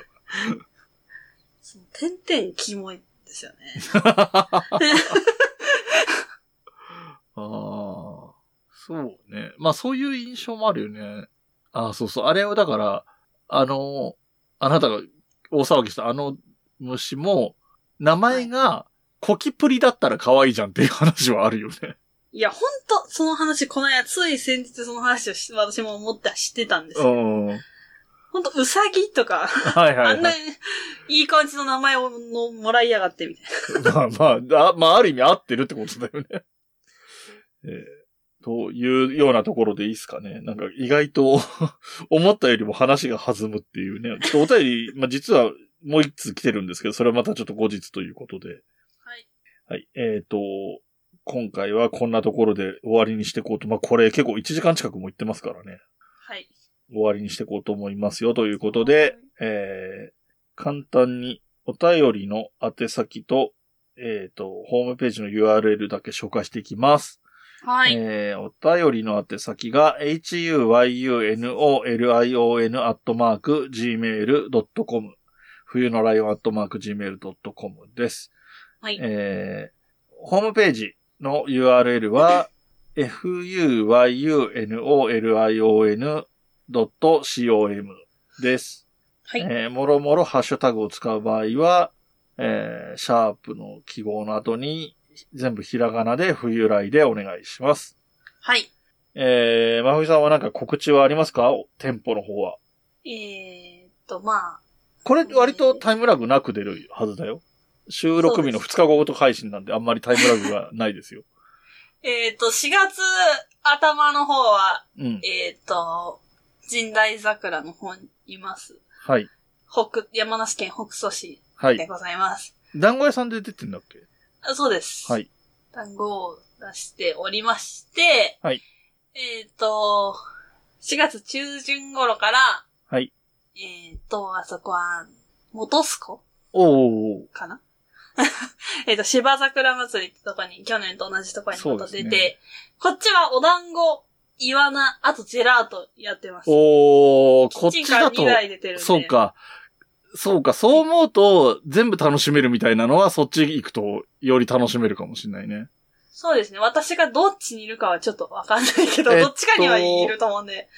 Speaker 2: その点々キモいですよね。
Speaker 1: ああ、そうね。まあそういう印象もあるよね。ああ、そうそう。あれはだから、あの、あなたが大騒ぎしたあの虫も、名前がコキプリだったら可愛いじゃんっていう話はあるよ ね。
Speaker 2: いや、ほんと、その話、この間、つい先日その話をし私も思った、知ってたんですよ。
Speaker 1: ん。はい
Speaker 2: ほんと、うさぎとか、
Speaker 1: はい、は
Speaker 2: あ
Speaker 1: い。
Speaker 2: んな、いい感じの名前をのもらいやがって、みたいな。
Speaker 1: まあまあ、あまあある意味合ってるってことだよね。えーというようなところでいいですかね。なんか意外と 思ったよりも話が弾むっていうね。ちょっとお便り、まあ実はもう一通来てるんですけど、それはまたちょっと後日ということで。
Speaker 2: はい。
Speaker 1: はい。えっ、と、今回はこんなところで終わりにしていこうと。まあこれ結構1時間近くも行ってますからね。
Speaker 2: はい。
Speaker 1: 終わりにしていこうと思いますよということで、えー、簡単にお便りの宛先と、えっ、と、ホームページの URL だけ紹介していきます。
Speaker 2: はい。
Speaker 1: えー、お便りの宛先が、huyunolion.gmail.com 冬のライオン .gmail.com です。
Speaker 2: はい。
Speaker 1: えーホームページの URL は、fuyunolion.com です。
Speaker 2: はい。
Speaker 1: えーもろもろハッシュタグを使う場合は、えーシャープの記号の後に、全部ひらがなで冬来でお願いします。
Speaker 2: はい。
Speaker 1: えー、まふみさんはなんか告知はありますか店舗の方は。
Speaker 2: えーっと、まあ、
Speaker 1: これ割とタイムラグなく出るはずだよ。収録日の2日後と配信なんであんまりタイムラグがないですよ。
Speaker 2: えーっと、4月頭の方は、
Speaker 1: うん。
Speaker 2: えーっと、神代桜の方にいます。
Speaker 1: はい。
Speaker 2: 北、山梨県北蘇市
Speaker 1: は
Speaker 2: で
Speaker 1: い。
Speaker 2: ございます。
Speaker 1: 団子屋さんで出てんだっけ
Speaker 2: あそうです。
Speaker 1: はい。
Speaker 2: 単語を出しておりまして、
Speaker 1: はい。
Speaker 2: えっ、と、4月中旬頃から、
Speaker 1: はい。
Speaker 2: えっ、と、あそこは、元栖湖
Speaker 1: おお。
Speaker 2: かな えっと、芝桜祭りってとこに、去年と同じとこにまた
Speaker 1: そうで
Speaker 2: 出
Speaker 1: す
Speaker 2: て、
Speaker 1: ね
Speaker 2: こっちはお団子、イワナ、あとジェラートやってます。
Speaker 1: おお、こっ
Speaker 2: キッチン
Speaker 1: ち
Speaker 2: カ
Speaker 1: だ
Speaker 2: ー2
Speaker 1: と、
Speaker 2: 台出てるんで。
Speaker 1: そう。か。そうか、そう思うと、全部楽しめるみたいなのは、そっち行くと、より楽しめるかもしれないね。
Speaker 2: そうですね。私がどっちにいるかはちょっとわかんないけど、
Speaker 1: えっと
Speaker 2: どっちかにはいると思うんで。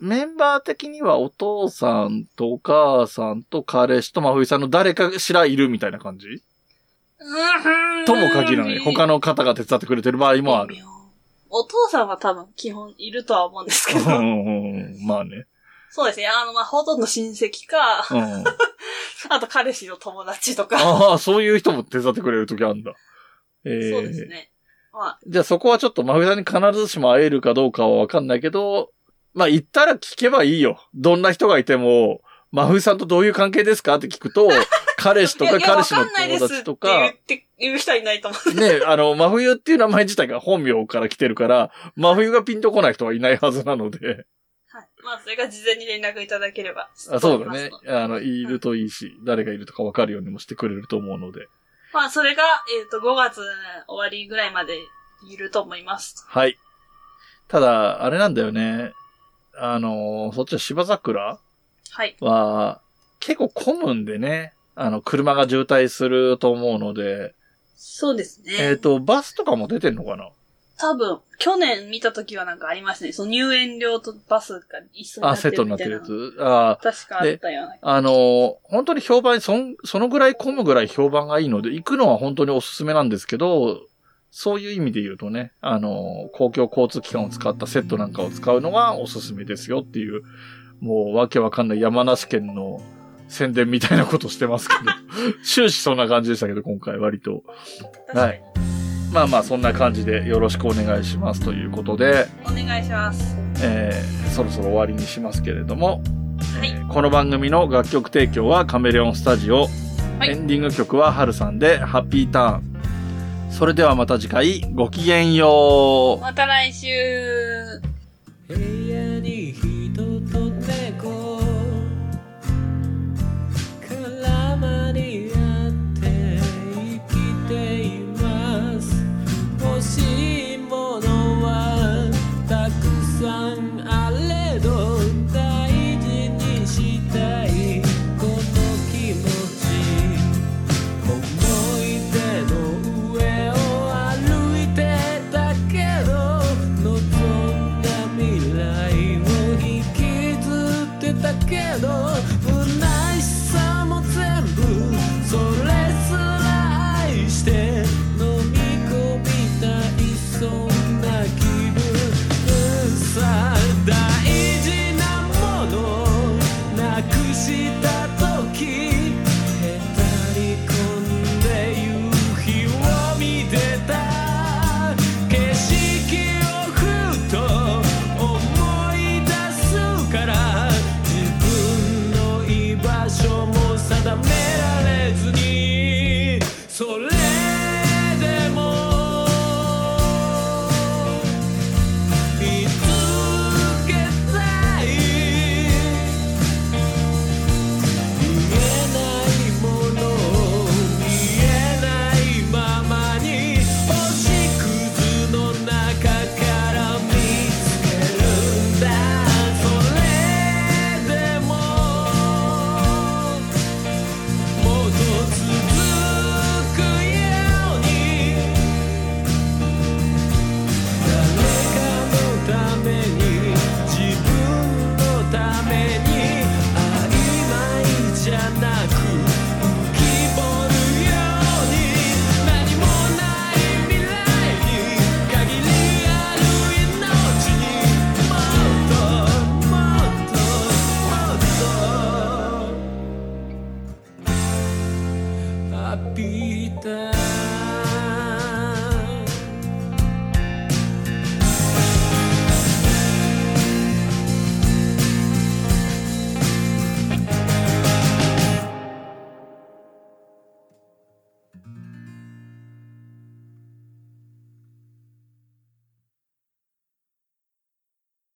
Speaker 1: メンバー的には、お父さんとお母さんと彼氏と真冬さんの誰かしらいるみたいな感じ
Speaker 2: うーん
Speaker 1: とも限らない。他の方が手伝ってくれてる場合もある
Speaker 2: 微。妙。お父さんは多分基本いるとは思うんですけ
Speaker 1: う
Speaker 2: ど。
Speaker 1: んうんうんまあね。
Speaker 2: そうですね。あの、まあ、ほとんど親戚か、
Speaker 1: うん、
Speaker 2: あと彼氏の友達とか。そ
Speaker 1: ああ、そういう人も手伝ってくれるときあるんだ。え
Speaker 2: う
Speaker 1: ー
Speaker 2: ですね。まあ、
Speaker 1: じゃあそこはちょっと真冬さんに必ずしも会えるかどうかはわかんないけど、まあ言ったら聞けばいいよ。どんな人がいても、真冬さんとどういう関係ですかって 聞くと、彼氏と
Speaker 2: い
Speaker 1: か
Speaker 2: やいや
Speaker 1: 彼氏の
Speaker 2: わかんないで
Speaker 1: 友
Speaker 2: す
Speaker 1: 達と
Speaker 2: っ
Speaker 1: か
Speaker 2: て、言って、言う人はいないと思う。
Speaker 1: ね、あの、真冬っていう名前自体が 本名から来てるから、真冬がピンとこない人はいないはずなので、
Speaker 2: はい。まあ、それが事前に連絡いただければ。
Speaker 1: あそう
Speaker 2: と
Speaker 1: だね
Speaker 2: 思いますの。で
Speaker 1: あの、いるといいし、誰がいるとかわかるようにもしてくれると思うので。
Speaker 2: まあ、それが、えっ、と、5月終わりぐらいまでいると思います。
Speaker 1: はい。ただ、あれなんだよね。あの、そっちは芝桜
Speaker 2: はい。
Speaker 1: は、結構混むんでね。あの、車が渋滞すると思うので、
Speaker 2: そうですね。
Speaker 1: えっ、と、バスとかも出てんのかな
Speaker 2: 多分、去年見た時はなんかありましたね。その入園料とバスが一緒にな
Speaker 1: あ、
Speaker 2: っ
Speaker 1: セ
Speaker 2: て
Speaker 1: ット
Speaker 2: る
Speaker 1: にな
Speaker 2: み
Speaker 1: って
Speaker 2: たい
Speaker 1: る
Speaker 2: な
Speaker 1: や。つ。あ
Speaker 2: 確かあったような。
Speaker 1: あの、本当に評判、そん、そのぐらい混むぐらい評判がいいので、行くのは本当におすすめなんですけど、そういう意味で言うとね、あの、公共交通機関を使ったセットなんかを使うのがおすすめですよっていう、もうわけわかんない山梨県の宣伝みたいなことしてますけど、 終始そんな感じでしたけど、今回割と。
Speaker 2: 確かに
Speaker 1: まあまあそんな感じでよろしくお願いしますということで、
Speaker 2: お願いします。
Speaker 1: えーそろそろ終わりにしますけれども、
Speaker 2: はい
Speaker 1: えーこの番組の楽曲提供はカメレオンスタジオ、
Speaker 2: はい
Speaker 1: エンディング曲はハルさんでハッピーターンそれではまた次回、ごきげんよう。
Speaker 2: また来週
Speaker 3: 部屋に人と猫絡まり合って生きています欲しいものはたくさんあれど大事にしたいこの気持ち「思い出の上を歩いてたけど」「望んだ未来を引きずってたけど」「不悔しさも全部それすら愛して」「飲み込みたいそんな気分さ」「大事なものなくした時へたり込んで夕日を見てた景色をふと思い出すから自分の居場所も定められずにそれでも「見つけたい」「見えないもの見えないままに星屑の中から見つけるんだ」「それでももっと続くように」誰かのために自分のために曖昧じゃなく浮き彫るように何もない未来に限りある命にもっともっともっと浴びた